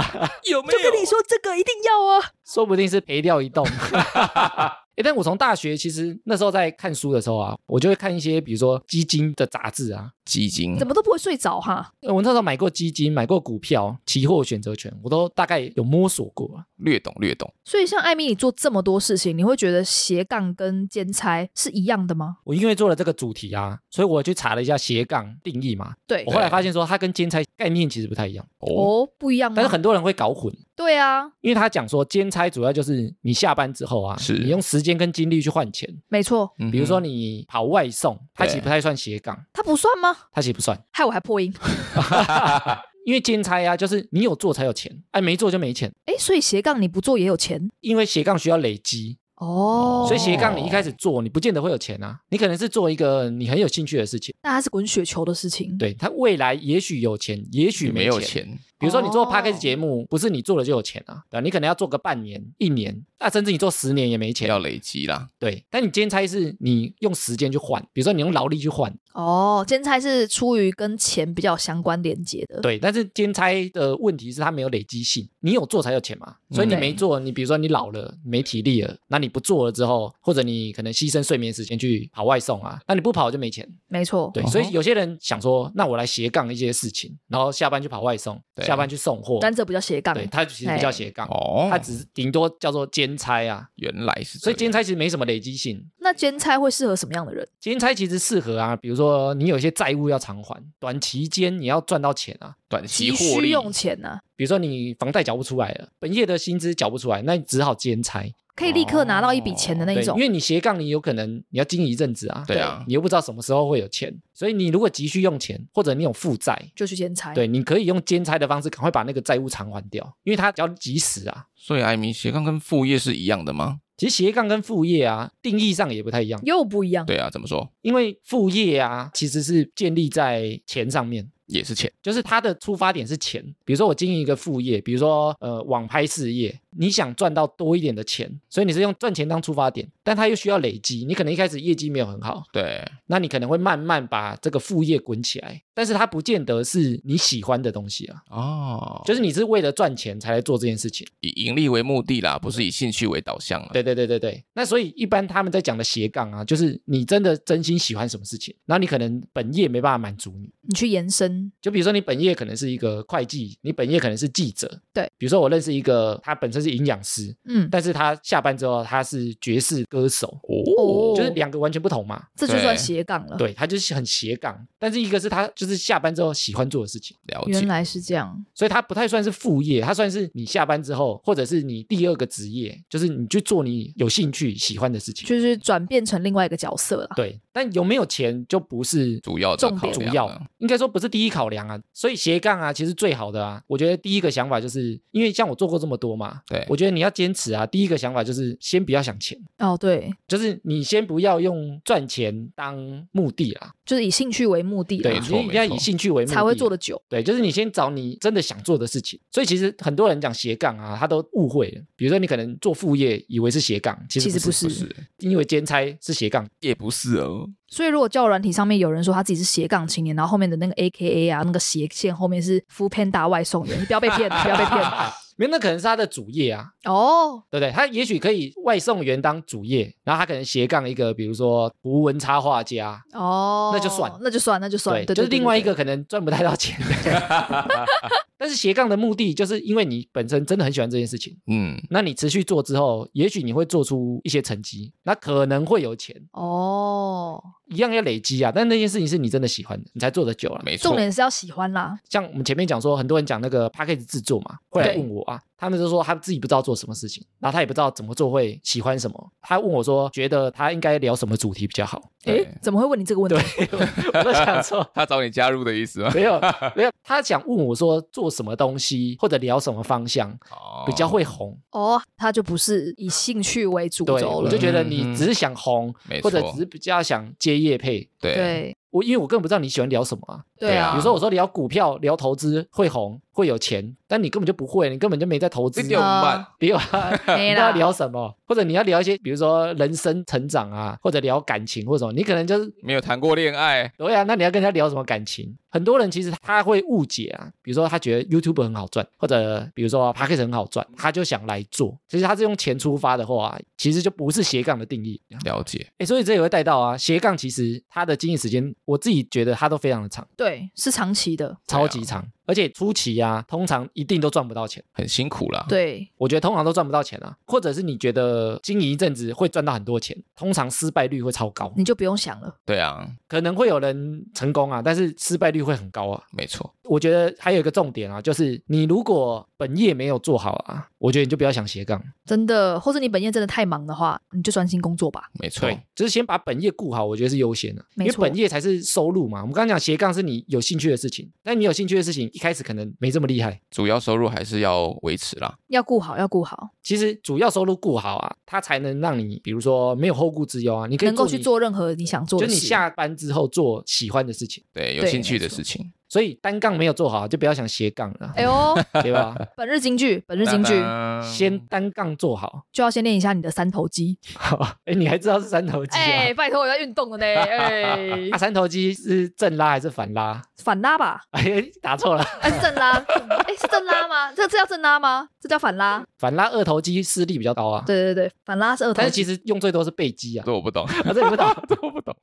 S3: 有没
S1: 就跟
S3: 有？
S1: 你说这个一定要啊！
S2: 说不定是赔掉一栋。哎、 诶但我从大学其实那时候在看书的时候啊，我就会看一些比如说基金的杂志啊，
S3: 基金
S1: 怎么都不会睡着哈。
S2: 呃我那时候买过基金，买过股票、期货、选择权，我都大概有摸索过啊。
S3: 略懂略懂，
S1: 所以像艾米，你做这么多事情，你会觉得斜杠跟兼差是一样的吗？
S2: 我因为做了这个主题啊，所以我去查了一下斜杠定义嘛，
S1: 对
S2: 我，后来发现说它跟兼差概念其实不太一样，
S3: 哦，
S1: 哦，不一样吗？
S2: 但是很多人会搞混。
S1: 对啊，
S2: 因为他讲说，兼差主要就是你下班之后啊，
S3: 是
S2: 你用时间跟精力去换钱。
S1: 没错，
S3: 嗯哼嗯
S2: 比如说你跑外送，它其实
S3: 对
S2: 不太算斜杠，
S1: 它不算吗？
S2: 它其实不算，
S1: 害我还破音。
S2: 因为兼差啊，就是你有做才有钱，哎，没做就没钱。
S1: 哎，所以斜杠你不做也有钱
S2: 因为斜杠需要累积，
S1: 哦。
S2: 所以斜杠你一开始做，你不见得会有钱啊，你可能是做一个你很有兴趣的事情，
S1: 那它是滚雪球的事情。，
S2: 对，它未来也许有钱，也许
S3: 也没
S2: 没
S3: 有
S2: 钱。
S3: 钱，
S2: 比如说你做
S1: 哦
S2: p a c k a g e 节目，不是你做了就有钱啊，对吧你可能要做个半年、一年，那甚至你做十年也没钱哦
S3: 要。累积啦，
S2: 对，但你兼差是你用时间去换，比如说你用劳力去 换，
S1: 哦，兼差是出于跟钱比较相关连接的。
S2: 对。但是兼差的问题是它没有累积性，你有做才有钱嘛，所以你
S1: 嗯
S2: 没做，你比如说你老了没体力了，那你不做了之后，或者你可能牺牲睡眠时间去跑外送啊，那你不跑就没钱。
S1: 没错。
S2: 对，
S3: 哦吼
S2: 所以有些人想说，那我来斜杠一些事情，然后下班去跑外送，
S3: 对
S2: 下班去送货，
S1: 但这不叫斜杠。
S2: 对他其实不叫斜杠，
S3: 哦
S2: 他，只是顶多叫做兼差啊。
S3: 原来是这样，
S2: 所以兼差其实没什么累积性，
S1: 那兼差会适合什么样的人？
S2: 兼差其实适合啊，比如说你有一些债务要偿还，短期间你要赚到钱啊。
S3: 短期
S1: 急
S3: 获
S1: 需
S3: 利，
S1: 用钱啊呢、
S2: 比如说你房贷缴不出来了，本业的薪资缴不出来，那你只好兼差。
S1: 可以立刻拿到一笔钱的那
S2: 哦对
S1: 一，种
S2: 因。为你斜杠，你有可能你要经营一阵子啊，
S3: 对啊
S2: 你又不知道什么时候会有钱，所以你如果急需用钱，或者你有负债，
S1: 就去兼差，
S2: 对，你可以用兼差的方式赶快把那个债务偿还掉，因为它比较及时啊。
S3: 所以艾米斜杠跟副业是一样的吗？
S2: 其实斜杠跟副业啊，定义上也不太一样，
S1: 又不一样。
S3: 对啊，怎么说
S2: 因为副业啊其实是建立在钱上面，
S3: 也是钱，
S2: 就是它的出发点是钱。比如说我经营一个副业，比如说呃网拍事业，你想赚到多一点的钱，所以你是用赚钱当出发点，但它又需要累积。你可能一开始业绩没有很好，
S3: 对，
S2: 那你可能会慢慢把这个副业滚起来，但是它不见得是你喜欢的东西啊，
S3: 哦，
S2: 就是你是为了赚钱才来做这件事情。
S3: 以盈利为目的啦，不是以兴趣为导向啦。
S2: 对对对对对。那所以一般他们在讲的斜杠啊，就是你真的真心喜欢什么事情，然后你可能本业没办法满足你。
S1: 你去延伸，
S2: 就比如说你本业可能是一个会计，你本业可能是记者，
S1: 对。
S2: 比如说我认识一个，他本身是营养师，
S1: 嗯，
S2: 但是他下班之后他是爵士歌手，
S1: 哦嗯
S2: 就是两个完全不同嘛。
S1: 这就算斜杠了。，
S2: 对他就是很斜杠，但是一个是他就是下班之后喜欢做的事情，
S3: 了
S1: 原
S3: 解，
S1: 来是这样。
S2: 所以他不太算是副业，他算是你下班之后，或者是你第二个职业，就是你去做你有兴趣喜欢的事情。
S1: 就是转变成另外一个角色了。
S2: 对，但有没有钱就不是
S3: 主要的
S1: 重
S3: 考
S1: 点
S2: 主
S3: 量
S2: 要
S3: 啊，
S2: 应该说不是第一考量啊。所以斜杠啊，其实最好的啊，我觉得第一个想法就是，因为像我做过这么多嘛，
S3: 对
S2: 我觉得你要坚持啊。第一个想法就是先不要想钱，
S1: 哦，对，
S2: 就是你先不要用赚钱当目的啦，
S1: 就是以兴趣为目的啦
S2: 对，
S3: 没错
S2: 你一定要
S3: 没
S2: 以
S3: 错
S2: 兴趣为目的
S1: 才会做得。久。
S2: 对，就是你先找你真的想做的事情。所以其实很多人讲斜杠啊，他都误会了。比如说你可能做副业，以为是斜杠，其
S1: 其
S2: 实
S1: 实不
S2: 不是，
S1: 是
S3: 是
S2: 因为兼差是斜 杠。
S3: 也不是哦，
S1: 所以如果教软体上面有人说他自己是斜杠青年，然后后面的那个 A K A 啊，那个斜线后面是 f o o Panda 外送员，你不要被骗，不要被 骗。
S2: 没有，那可能是他的主业啊，
S1: 哦，
S2: 对不对？他也许可以外送员当主业，然后他可能斜杠一个，比如说图文插画家，
S1: 哦，
S2: 那就算
S1: 那就算，那就算，对，对
S2: 就是另外一，
S1: 对
S2: 个可能赚不太到钱。 但是斜杠的目的，就是因为你本身真的很喜欢这件事情，
S3: 嗯，
S2: 那你持续做之后，也许你会做出一些成绩，那可能会有钱，
S1: 对哦，
S2: 一样要累积啊。但那件事情是你真的喜欢的，你才做得久啊。
S3: 没错
S1: 重，点是要喜欢啦，
S2: 像我们前面讲说，很多人讲那个 p a c k a g e 制作嘛，会来
S1: 对
S2: 问我啊，他们就说他自己不知道做什么事情，然后他也不知道怎么做会喜欢什么。他问我说，觉得他应该聊什么主题比较好？
S1: 诶
S3: 对，。
S1: 怎么会问你这个问题？
S2: 我都想说
S3: 他找你加入的意思吗？
S2: 没有，没有，他想问我说做什么东西或者聊什么方向
S3: 哦
S2: 比较会红，
S1: 哦，他就不是以兴趣为哦主
S2: 对，
S1: 轴
S2: 我
S1: 了
S2: 就，觉得
S3: 嗯
S2: 你只是想红，
S3: 没
S2: 或
S3: 错
S2: 者只是比较想接业配。
S3: 对
S1: 对
S2: 我因为我根本不知道你喜欢聊什么啊，
S1: 对
S3: 啊
S1: 啊
S2: 有时，候我说聊股票、聊投资会红，会有钱，但你根本就不会，你根本就没在投资
S3: 这。点我慢，
S2: 比如啊，
S1: 呃没
S2: 你要
S1: 啦，
S2: 聊什么，或者你要聊一些，比如说人生成长啊，或者聊感情或什么，你可能就是
S3: 没有谈过恋爱，
S2: 对啊，那你要跟人家聊什么感情？很多人其实他会误解啊，比如说他觉得 YouTube 很好赚，或者比如说 p a c k a g e 很好赚，他就想来做。其实他是用钱出发的话，其实就不是斜杠的定义。
S3: 了解。
S2: 哎，所以这也会带到啊，斜杠其实它的经营时间，我自己觉得它都非常的长，
S1: 对，是长期的，
S2: 超级长，而且初期啊，通常一定都赚不到钱。
S3: 很辛苦啦，
S1: 对，
S2: 我觉得通常都赚不到钱啊，或者是你觉得经营一阵子会赚到很多钱，通常失败率会超高，
S1: 你就不用想了。
S3: 对啊，
S2: 可能会有人成功啊，但是失败率会很高啊。
S3: 没错，
S2: 我觉得还有一个重点啊，就是你如果本业没有做好啊，我觉得你就不要想斜杠。
S1: 真的，或者你本业真的太忙的话，你就专心工作吧。
S3: 没错，，
S2: 哦就是先把本业顾好，我觉得是优先的、啊因
S1: 没
S2: 为
S1: 错
S2: 本业才是收入嘛。我们刚刚讲斜杠是你有兴趣的事情，但你有兴趣的事情一开始可能没这么厉害。
S3: 主要收入还是要维持啦。
S1: 要顾好，要顾好，
S2: 其实主要收入顾好啊，它才能让你，比如说没有后顾之忧啊，你可以
S1: 能够
S2: 你
S1: 去，做任何你想做
S2: 就
S1: 的
S2: 你
S1: 事。
S2: 下班之后做喜欢的事情。
S3: 对，有
S1: 对
S3: 兴趣的
S1: 没错
S3: 事情，
S2: 所以单杠没有做好啊，就不要想斜杠了，
S1: 哎 呦，
S2: 对吧？
S1: 本日金句，本日金句
S3: 当当
S2: 先单杠做好。
S1: 就要先练一下你的三头肌。
S2: 哎，你还知道是三头肌啊？
S1: 哎，拜托，我在运动的 呢。哎
S2: 啊，，三头肌是正拉还是反拉？
S1: 反拉吧，
S2: 哎，打错了，
S1: 还是正拉？哎，是正拉吗？这这叫正拉吗？这叫反拉？
S2: 反拉二头肌视力比较高啊。，
S1: 对对对，反拉是二头
S2: 但是
S1: 肌。
S2: 其实用最多是背肌啊。
S3: 这我不懂，
S2: 啊，这你不懂。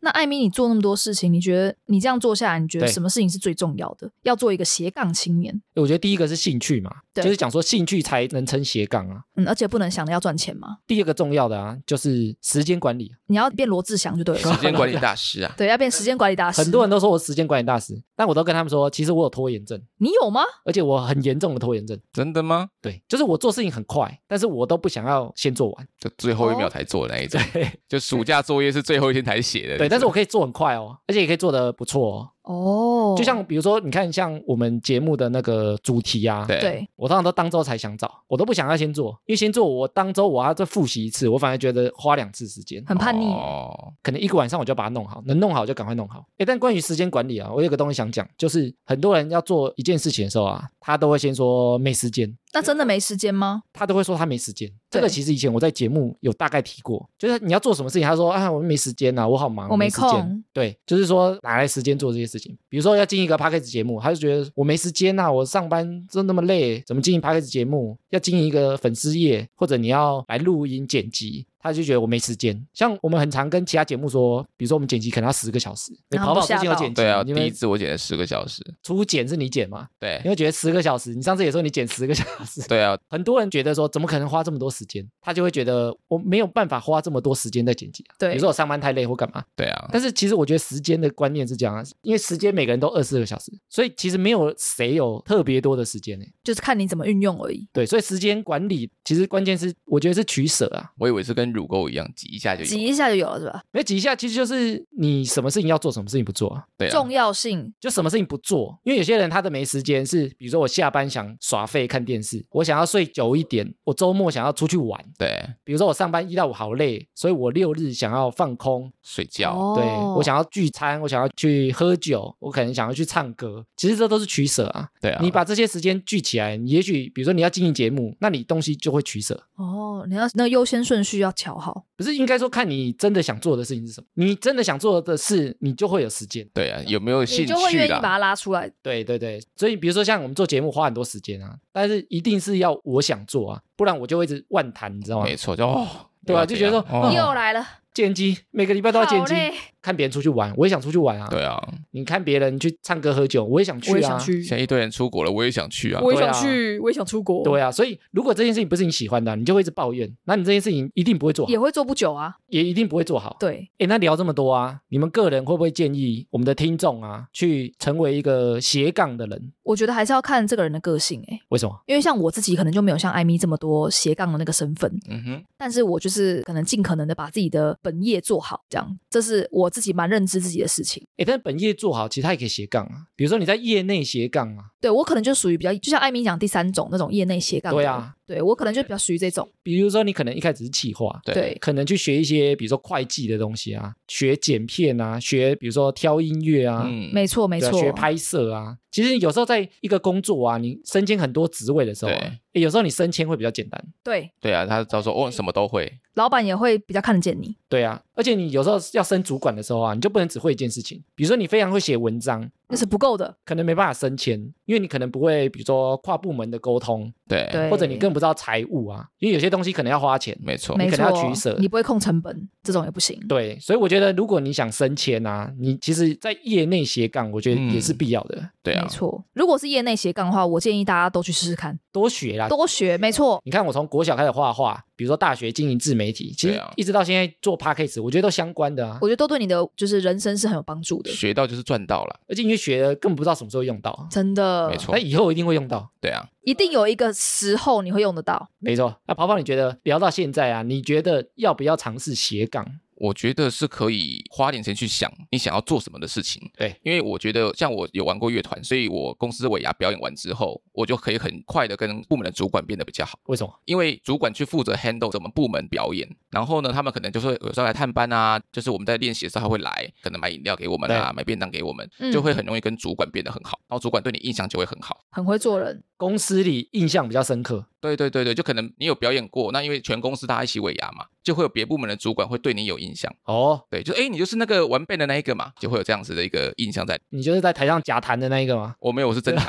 S1: 那艾米，你做那么多事情，你觉得你这样做下来，你觉得
S2: 对
S1: 什么事情是最重要的？要做一个斜杠青年，
S2: 我觉得第一个是兴趣嘛，
S1: 对
S2: 就是讲说兴趣才能称斜杠啊。
S1: 嗯，而且不能想着要赚钱嘛，
S2: 第二个重要的啊，就是时间管理。
S1: 你要变罗志祥就对了
S3: 时。间管理大师啊，
S1: 对，要变时间管理大师。
S2: 很多人都说我时间管理大师，但我都跟他们说，其实我有拖延症，
S1: 你有吗？
S2: 而且我很严重的拖延症。
S3: 真的吗？
S2: 对，就是我做事情很快，但是我都不想要先做完。
S3: 就最后一秒才做的那一种，
S2: 对
S3: 就暑假作业是最后一天才写的。
S2: 对，但是我可以做很快哦，而且也可以做得不错哦。
S1: 哦，
S2: 就像比如说，你看像我们节目的那个主题啊，
S3: 对
S1: 对，
S2: 我通常都当周才想找，我都不想要先做，因为先做我当周我要再复习一次，我反而觉得花两次时间，
S1: 很叛逆。
S3: 哦，
S2: 可能一个晚上我就把它弄好，能弄好就赶快弄好。诶，但关于时间管理啊，我有个东西想讲，就是很多人要做一件事情的时候啊，他都会先说没时间。
S1: 那真的没时间吗？
S2: 他都会说他没时间，这
S1: 对
S2: 个其实以前我在节目有大概提过，就是你要做什么事情，他说啊我没时间啊，我好忙，
S1: 我没
S2: 没时间
S1: 空。
S2: 对，就是说哪来时间做这些事情？比如说要进一个 p a c k a g e 节目，他就觉得我没时间啊，我上班真那么累，怎么经营 p a c k a g e 节目？要经营一个粉丝页，或者你要来录音剪辑。他就觉得我没时间，像我们很常跟其他节目说，比如说我们剪辑可能要十个小时，你
S1: 然后
S2: 跑跑
S1: 不
S2: 最
S1: 吓
S2: 近有
S1: 到
S2: 剪辑，
S3: 对啊，第
S2: 因
S3: 一
S2: 为
S3: 次我剪了十个小时，
S2: 初剪是你剪嘛，
S3: 对
S2: 你，会觉得十个小时，你上次也说你剪十个小时，
S3: 对啊，
S2: 很多人觉得说，怎么可能花这么多时间？他就会觉得我没有办法花这么多时间在剪辑、啊。
S1: 对
S2: 比如说我上班太累或干嘛。
S3: 对啊，
S2: 但是其实我觉得时间的观念是这样啊，因为时间每个人都二十四个小时，所以其实没有谁有特别多的时间呢、欸
S1: 就是看你怎么运用而已。
S2: 对，所以时间管理其实关键是，我觉得是取舍啊。
S3: 我以为是跟乳沟一样，挤一下就
S1: 挤
S3: 有。
S1: 一下就有了，是吧？
S2: 那挤一下，其实就是你什么事情要做，什么事情不做啊。
S3: 对啊，
S1: 重要性
S2: 就什么事情不做，因为有些人他的没时间是，比如说我下班想耍废看电视，我想要睡久一点，我周末想要出去玩，
S3: 对，
S2: 比如说我上班一到五好累，所以我六日想要放空，
S3: 睡觉，
S1: 哦
S2: 对我想要聚餐，我想要去喝酒，我可能想要去唱歌。其实这都是取舍啊。
S3: 对啊，
S2: 你把这些时间聚起来，你也许比如说你要经营节目，那你东西就会取舍。
S1: 哦，你要那个优先顺序要调好。
S2: 不是应该说看你真的想做的事情是什么？你真的想做的事，你就会有时间。
S3: 对啊，有没有
S1: 你
S3: 兴
S1: 就会愿
S3: 趣
S1: 意把
S3: 啦？
S1: 它拉出来。
S2: 对对对，所以比如说像我们做节目花很多时间啊，但是一定是要我想做啊，不然我就会一直万谈，你知道吗
S3: 没？错，就哦，
S2: 对啊
S3: 又要
S2: 就
S3: 这样
S2: 觉得说
S3: 哦
S1: 又来了，
S2: 剪辑每个礼拜都要
S1: 好
S2: 剪辑，
S1: 嘞，
S2: 看别人出去玩，我也想出去玩啊。
S3: 对啊，
S2: 你看别人去唱歌喝酒，我也想去啊。
S1: 我也想去，
S3: 现在一堆人出国了，我也想去啊。
S1: 我也
S2: 对啊
S1: 想去，我也想出国。
S2: 对啊，所以如果这件事情不是你喜欢的啊、你就会一直抱怨，那你这件事情一定不会做好，
S1: 也会做不久啊。
S2: 也一定不会做好。
S1: 对，
S2: 诶，那聊这么多啊，你们个人会不会建议我们的听众啊，去成为一个斜杠的人？
S1: 我觉得还是要看这个人的个性诶、欸
S2: 为什么？
S1: 因为像我自己可能就没有像艾米这么多斜杠的那个身份，
S3: 嗯哼，
S1: 但是我就是可能尽可能的把自己的本业做好，这样，这是我自己蛮认知自己的事情。
S2: 诶，但本业做好，其实他也可以斜杠啊。比如说你在业内斜杠啊，
S1: 对我可能就属于比较，就像艾米讲第三种那种业内斜杠的
S2: 对
S1: 人。
S2: 啊
S1: 对我可能就比较属于这种。
S2: 比如说你可能一开始是企划，
S3: 对
S1: 对
S2: 可能去学一些比如说会计的东西啊，学剪片啊，学比如说挑音乐啊。
S3: 嗯，
S1: 没错没
S2: 对啊
S1: 错，
S2: 学拍摄啊，其实有时候在一个工作啊，你升迁很多职位的时候、啊
S3: 对
S2: 诶有时候你升迁会比较简单，
S1: 对，
S3: 对啊，他到时候哦什么都会，
S1: 老板也会比较看得见你。
S2: 对啊，而且你有时候要升主管的时候啊，你就不能只会一件事情，比如说你非常会写文章，
S1: 那是不够的，
S2: 可能没办法升迁，因为你可能不会，比如说跨部门的沟通，
S3: 对，
S1: 对，
S2: 或者你更不知道财务啊，因为有些东西可能要花钱，
S3: 没错，
S1: 没
S2: 可
S1: 错，
S2: 能要取舍
S1: 你不会控成本，这种也不行。
S2: 对，所以我觉得如果你想升迁啊，你其实在业内斜杠，我觉得
S3: 嗯
S2: 也是必要的，
S3: 对啊
S1: 没，错。如果是业内斜杠的话，我建议大家都去试试看，
S2: 多学啦。
S1: 多学。没错，
S2: 你看，我从国小开始画画，比如说大学经营自媒体，其
S3: 对
S2: 实
S3: 啊
S2: 一直到现在做 podcast，我觉得都相关的啊
S1: 我。觉得都对你的就是人生是很有帮助的，
S3: 学到就是赚到了，
S2: 而且因为学了，根本不知道什么时候用到啊，
S1: 真的。
S3: 没错
S2: 那以后一定会用到。
S3: 对啊，
S1: 一定有一个时候你会用得到。
S2: 没错，那跑跑，你觉得聊到现在啊，你觉得要不要尝试斜杠？
S3: 我觉得是可以花点钱去想你想要做什么的事情。
S2: 对，
S3: 因为我觉得像我有玩过乐团，所以我公司尾牙表演完之后，我就可以很快的跟部门的主管变得比较好。
S2: 为什么？
S3: 因为主管去负责 handle 我们部门表演，然后呢，他们可能就是有时候来探班啊，就是我们在练习的时候他会来，可能买饮料给我们啊，买便当给我们，
S1: 嗯
S3: 就会很容易跟主管变得很好，然后主管对你印象就会很好。
S1: 很会做人，
S2: 公司里印象比较深刻，
S3: 对对对对，就可能你有表演过，那因为全公司大家一起尾牙嘛，就会有别部门的主管会对你有印象，
S2: 哦，
S3: 对，就哎你就是那个玩贝的那一个嘛，就会有这样子的一个印象在。
S2: 你就是在台上假弹的那一个吗？
S3: 我没有，我是真的，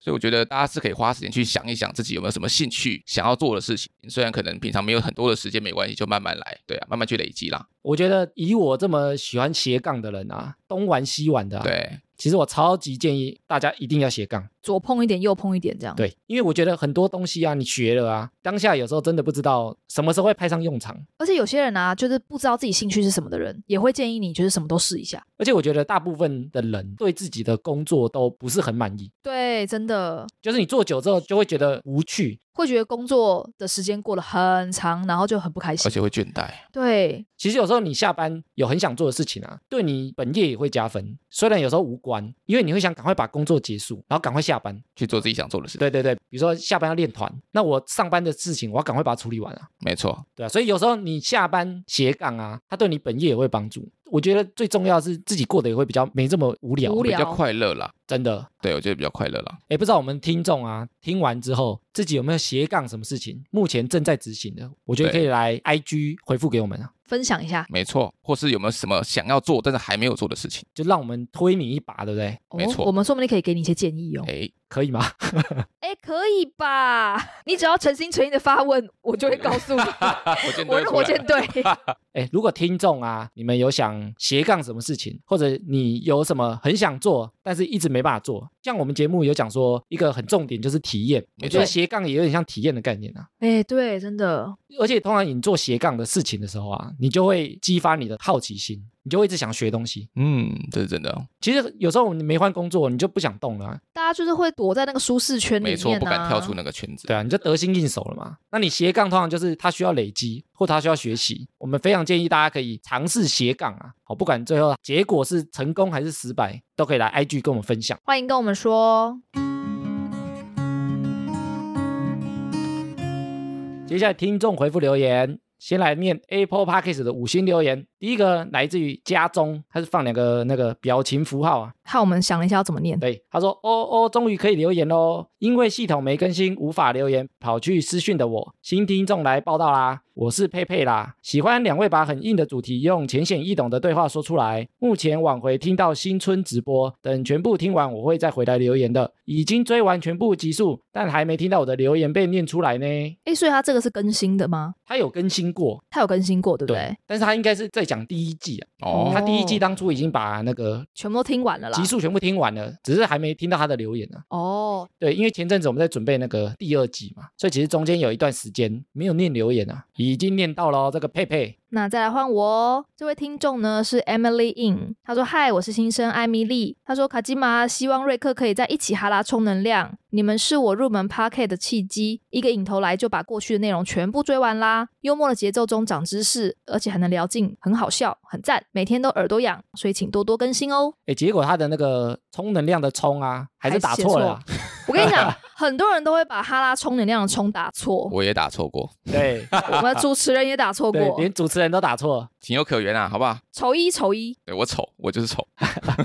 S3: 所以我觉得大家是可以花时间去想一想自己有没有什么兴趣想要做的事情，虽然可能平常没有很多的时间，没关系，就慢慢来，对啊，慢慢去累积啦，
S2: 我觉得以我这么喜欢斜杠的人啊，东玩西玩的、啊，，
S3: 对。
S2: 其实我超级建议大家一定要斜杠，
S1: 左碰一点，右碰一点，这样。
S2: 对，因为我觉得很多东西啊，你学了啊，当下有时候真的不知道什么时候会派上用场，
S1: 而且有些人啊，就是不知道自己兴趣是什么的人，也会建议你就是什么都试一下。
S2: 而且我觉得大部分的人对自己的工作都不是很满意，
S1: 对，真的
S2: 就是你做久之后就会觉得无趣，
S1: 会觉得工作的时间过得很长，然后就很不开
S3: 而
S1: 心。
S3: 且会倦怠。
S1: 对，
S2: 其实有时候你下班有很想做的事情啊，对你本业也会加分。虽然有时候无关，因为你会想赶快把工作结束，然后赶快下班。
S3: 去做自己想做的事，，
S2: 对对对，比如说下班要练团，那我上班的事情我要赶快把它处理完啊。
S3: 没错，
S2: 对啊，所以有时候你下班斜杠啊，它对你本业也会帮助。我觉得最重要的是自己过得也会比较没这么无聊，
S1: 无
S3: 比
S1: 聊
S3: 较快乐啦。
S2: 真的。
S3: 对，我觉得比较快乐啦。
S2: 哎，不知道我们听众啊，听完之后自己有没有斜杠什么事情，目前正在执行的，我觉得可
S3: 对
S2: 以来 IG 回复给我们啊，
S1: 分享一下。
S3: 没错，或是有没有什么想要做但是还没有做的事情？
S2: 就让我们推你一把，对不对？
S1: 哦
S3: 没错
S1: 我们说不定可以给你一些建议哦。
S3: 哎，
S2: 可以吗？
S1: 哎，可以吧？ 你只要诚心诚意的发问，我就会告诉 你。
S3: 火箭队
S1: 我是火
S3: 出来
S1: 箭队，
S2: 哎，如果听众啊，你们有想斜杠什么事情，或者你有什么很想做，但是一直没办法做，像我们节目有讲说，一个很重点就是体验，我
S3: 没
S2: 觉得
S3: 错
S2: 斜杠也有点像体验的概念啊。
S1: 哎，对，真的，
S2: 而且通常你做斜杠的事情的时候啊，你就会激发你的好奇心，你就会一直想学东西。
S3: 嗯，这是真的哦，
S2: 其实有时候你没换工作，你就不想动了啊、
S1: 大家就是会躲在那个舒适圈里面、啊，
S3: 没错，不敢跳出那个圈子。
S2: 对啊，你就得心应手了嘛。那你斜杠通常就是它需要累积，或它需要学习。我们非常建议大家可以尝试斜杠啊，好，不管最后结果是成功还是失败，都可以来 IG 跟我们分享。
S1: 欢迎跟我们说，
S2: 接下来听众回复留言，先来念 Apple Podcast 的五星留言。第一个来自于家中，他是放两个那个表情符号啊。
S1: 看我们想了一下要怎么念。
S2: 对，他说：“哦哦，终于可以留言喽！因为系统没更新，无法留言，跑去私讯的我，新听众来报道啦！我是佩佩啦，喜欢两位把很硬的主题用浅显易懂的对话说出来。目前往回听到新春直播，等全部听完，我会再回来留言的。已经追完全部集数，但还没听到我的留言被念出来呢。
S1: 哎，所以它这个是更新的吗？
S2: 他有更新过，
S1: 它有更新过，对不对？
S2: 但是他应该是在讲第一季啊。
S3: 哦
S2: 他第一季当初已经把那个
S1: 全部都听完了啦
S2: 集。数全部听完了，只是还没听到他的留言啊。
S1: 哦，
S2: 对，因为前阵子我们在准备那个第二季嘛，所以其实中间有一段时间没有念留言啊，已经念到了哦这个佩佩，
S1: 那再来换我哦。这位听众呢是 Emily In，她说：“嗨，我是新生艾米丽。”她说：“卡基玛，希望瑞克可以在一起哈拉充能量。你们是我入门 Parket 的契机，一个引头来就把过去的内容全部追完啦。幽默的节奏中长知识，而且还能聊尽，很好笑，很赞，每天都耳朵痒，所以请多多更新哦。
S2: 哎，结果他的那个充能量的充啊，还是打错了啊、
S1: 我跟你 讲，很多人都会把哈拉充能量的充打错，
S3: 我也打错过，
S2: 对
S1: 我们的主持人也打错
S2: 对，
S1: 过。
S2: 连主持人都打错了。
S3: 情有可原啊，好不好？
S1: 丑一丑一，
S3: 对我丑，我就是丑，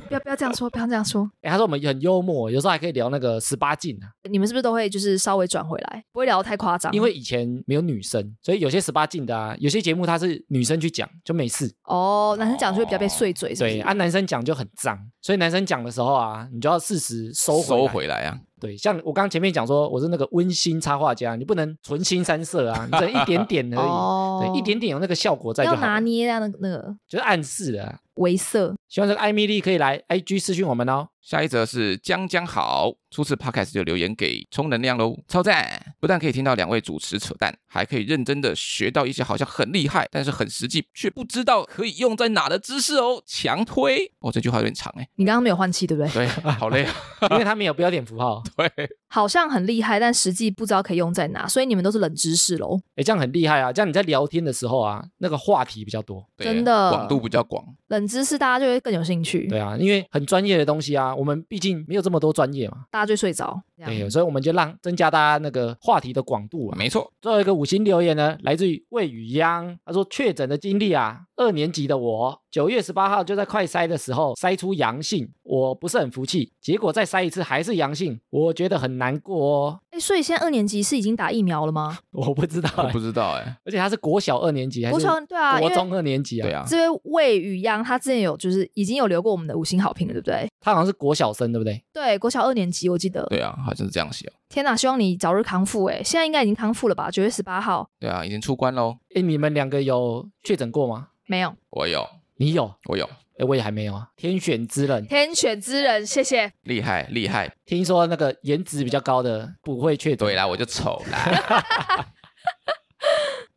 S1: 不要不要这样说，不要这样说。
S2: 哎，他说我们很幽默，有时候还可以聊那个十八禁啊，
S1: 你们是不是都会就是稍微转回来，不会聊得太夸张？啊
S2: 因为以前没有女生，所以有些十八禁的啊，有些节目它是女生去讲就没事，
S1: 哦，男生讲就会比较被碎嘴，是不是
S2: 对啊，男生讲就很脏，所以男生讲的时候啊，你就要适时收回
S3: 收
S2: 来。
S3: 回来啊，
S2: 对，像我刚刚前面讲说，我是那个温馨插画家，你不能纯新三色啊，你只能一点点而已，
S1: 哦，
S2: 对，一点点有那个效果在就
S1: 要
S2: 好
S1: 拿
S2: 了，
S1: 捏啊，那个那个
S2: 就是暗示了啊。
S1: 微色。
S2: 希望这个艾米丽可以来 IG 私讯我们哦。
S3: 下一则是江江好，初次 podcast 就留言给充能量喽，超赞！不但可以听到两位主持扯淡，还可以认真的学到一些好像很厉害，但是很实际却不知道可以用在哪的知识哦，强推！哦，这句话有点长哎，
S1: 你刚刚没有换气，对不对？
S3: 对，好累啊，
S2: 因为他们有标点符号，
S3: 对，
S1: 好像很厉害，但实际不知道可以用在哪，所以你们都是冷知识喽。
S2: 哎，这样很厉害啊！这样你在聊天的时候啊，那个话题比较多。
S3: 对
S1: 真的
S3: 广度比较广，
S1: 冷知识大家就会更有兴趣，
S2: 对啊，因为很专业的东西啊，我们毕竟没有这么多专业嘛，
S1: 大家就会睡着。这样
S2: 对，所以我们就让增加大家那个话题的广度啊。
S3: 没错，
S2: 最后一个五星留言呢，来自于魏宇央，他说确诊的经历啊，二年级的我，九月十八号就在快筛的时候筛出阳性，我不是很服气，结果再筛一次还是阳性，我觉得很难过哦。
S1: 哎，所以现在二年级是已经打疫苗了吗？
S2: 我不知道、欸
S3: 我不知道哎，
S2: 而且他是国小二年级还是
S1: 国小对啊，因
S2: 国
S1: 为
S2: 中二年级啊？
S3: 对，啊，
S1: 这位魏宇央他之前有就是已经有留过我们的五星好评了，对不对？
S2: 他好像是国小生，对不对？
S1: 对，国小二年级我记得。
S3: 对啊，好像是这样写哦，
S1: 天哪，希望你早日康复。哎，现在应该已经康复了吧？九月十八号
S3: 对啊，已经出关喽，
S2: 哎，你们两个有确诊过吗？
S1: 没有
S3: 我有，
S2: 你有？
S3: 我有，
S2: 哎，我也还没有啊。天选之人，
S1: 天选之人，谢谢。
S3: 厉害厉害，
S2: 听说那个颜值比较高的不会确诊。
S3: 对啦，我就丑啦，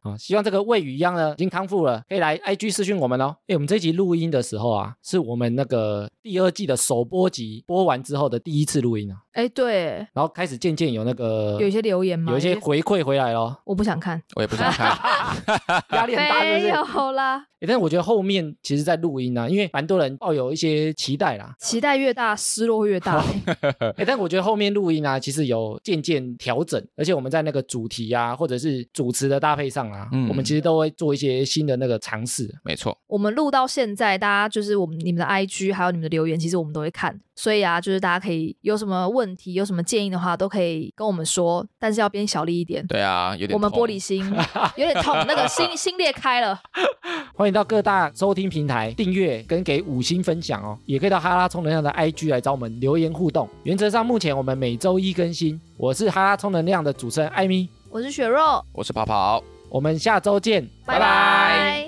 S2: 啊，希望这个魏宇央呢已经康复了，可以来 IG 私讯我们哦。哎，我们这集录音的时候啊，是我们那个第二季的首播集播完之后的第一次录音啊，
S1: 哎，对，
S2: 然后开始渐渐有那个
S1: 有一些留言吗？
S2: 呃有一些回馈回来咯，
S1: 我不想看，
S3: 我也不想看，
S2: 压力很大是不
S1: 没
S2: 是？
S1: 有 啦。。
S2: 诶但是我觉得后面其实，在录音啊，因为蛮多人抱有一些期待啦
S1: 期待越大，失落越大。欸呃
S2: 哎，但我觉得后面录音啊，其实有渐渐调整，而且我们在那个主题啊，或者是主持的搭配上啊，
S3: 嗯
S2: 我们其实都会做一些新的那个尝试。啊
S3: 没错，
S1: 我们录到现在，大家就是我们你们的 IG 还有你们的留言，其实我们都会看。所以啊，就是大家可以有什么问题、有什么建议的话，都可以跟我们说，但是要变小力一点。
S3: 对啊，有点
S1: 我们
S3: 痛
S1: 玻璃 心有点痛，那个心心裂开了。
S2: 欢迎到各大收听平台订阅跟给五星分享哦，也可以到哈拉充能量的 IG 来找我们留言互动。原则上，目前我们每周一更新。我是哈拉充能量的主持人艾米，
S1: 我是雪肉，
S3: 我是跑跑。
S2: 我们下周见，
S1: 拜拜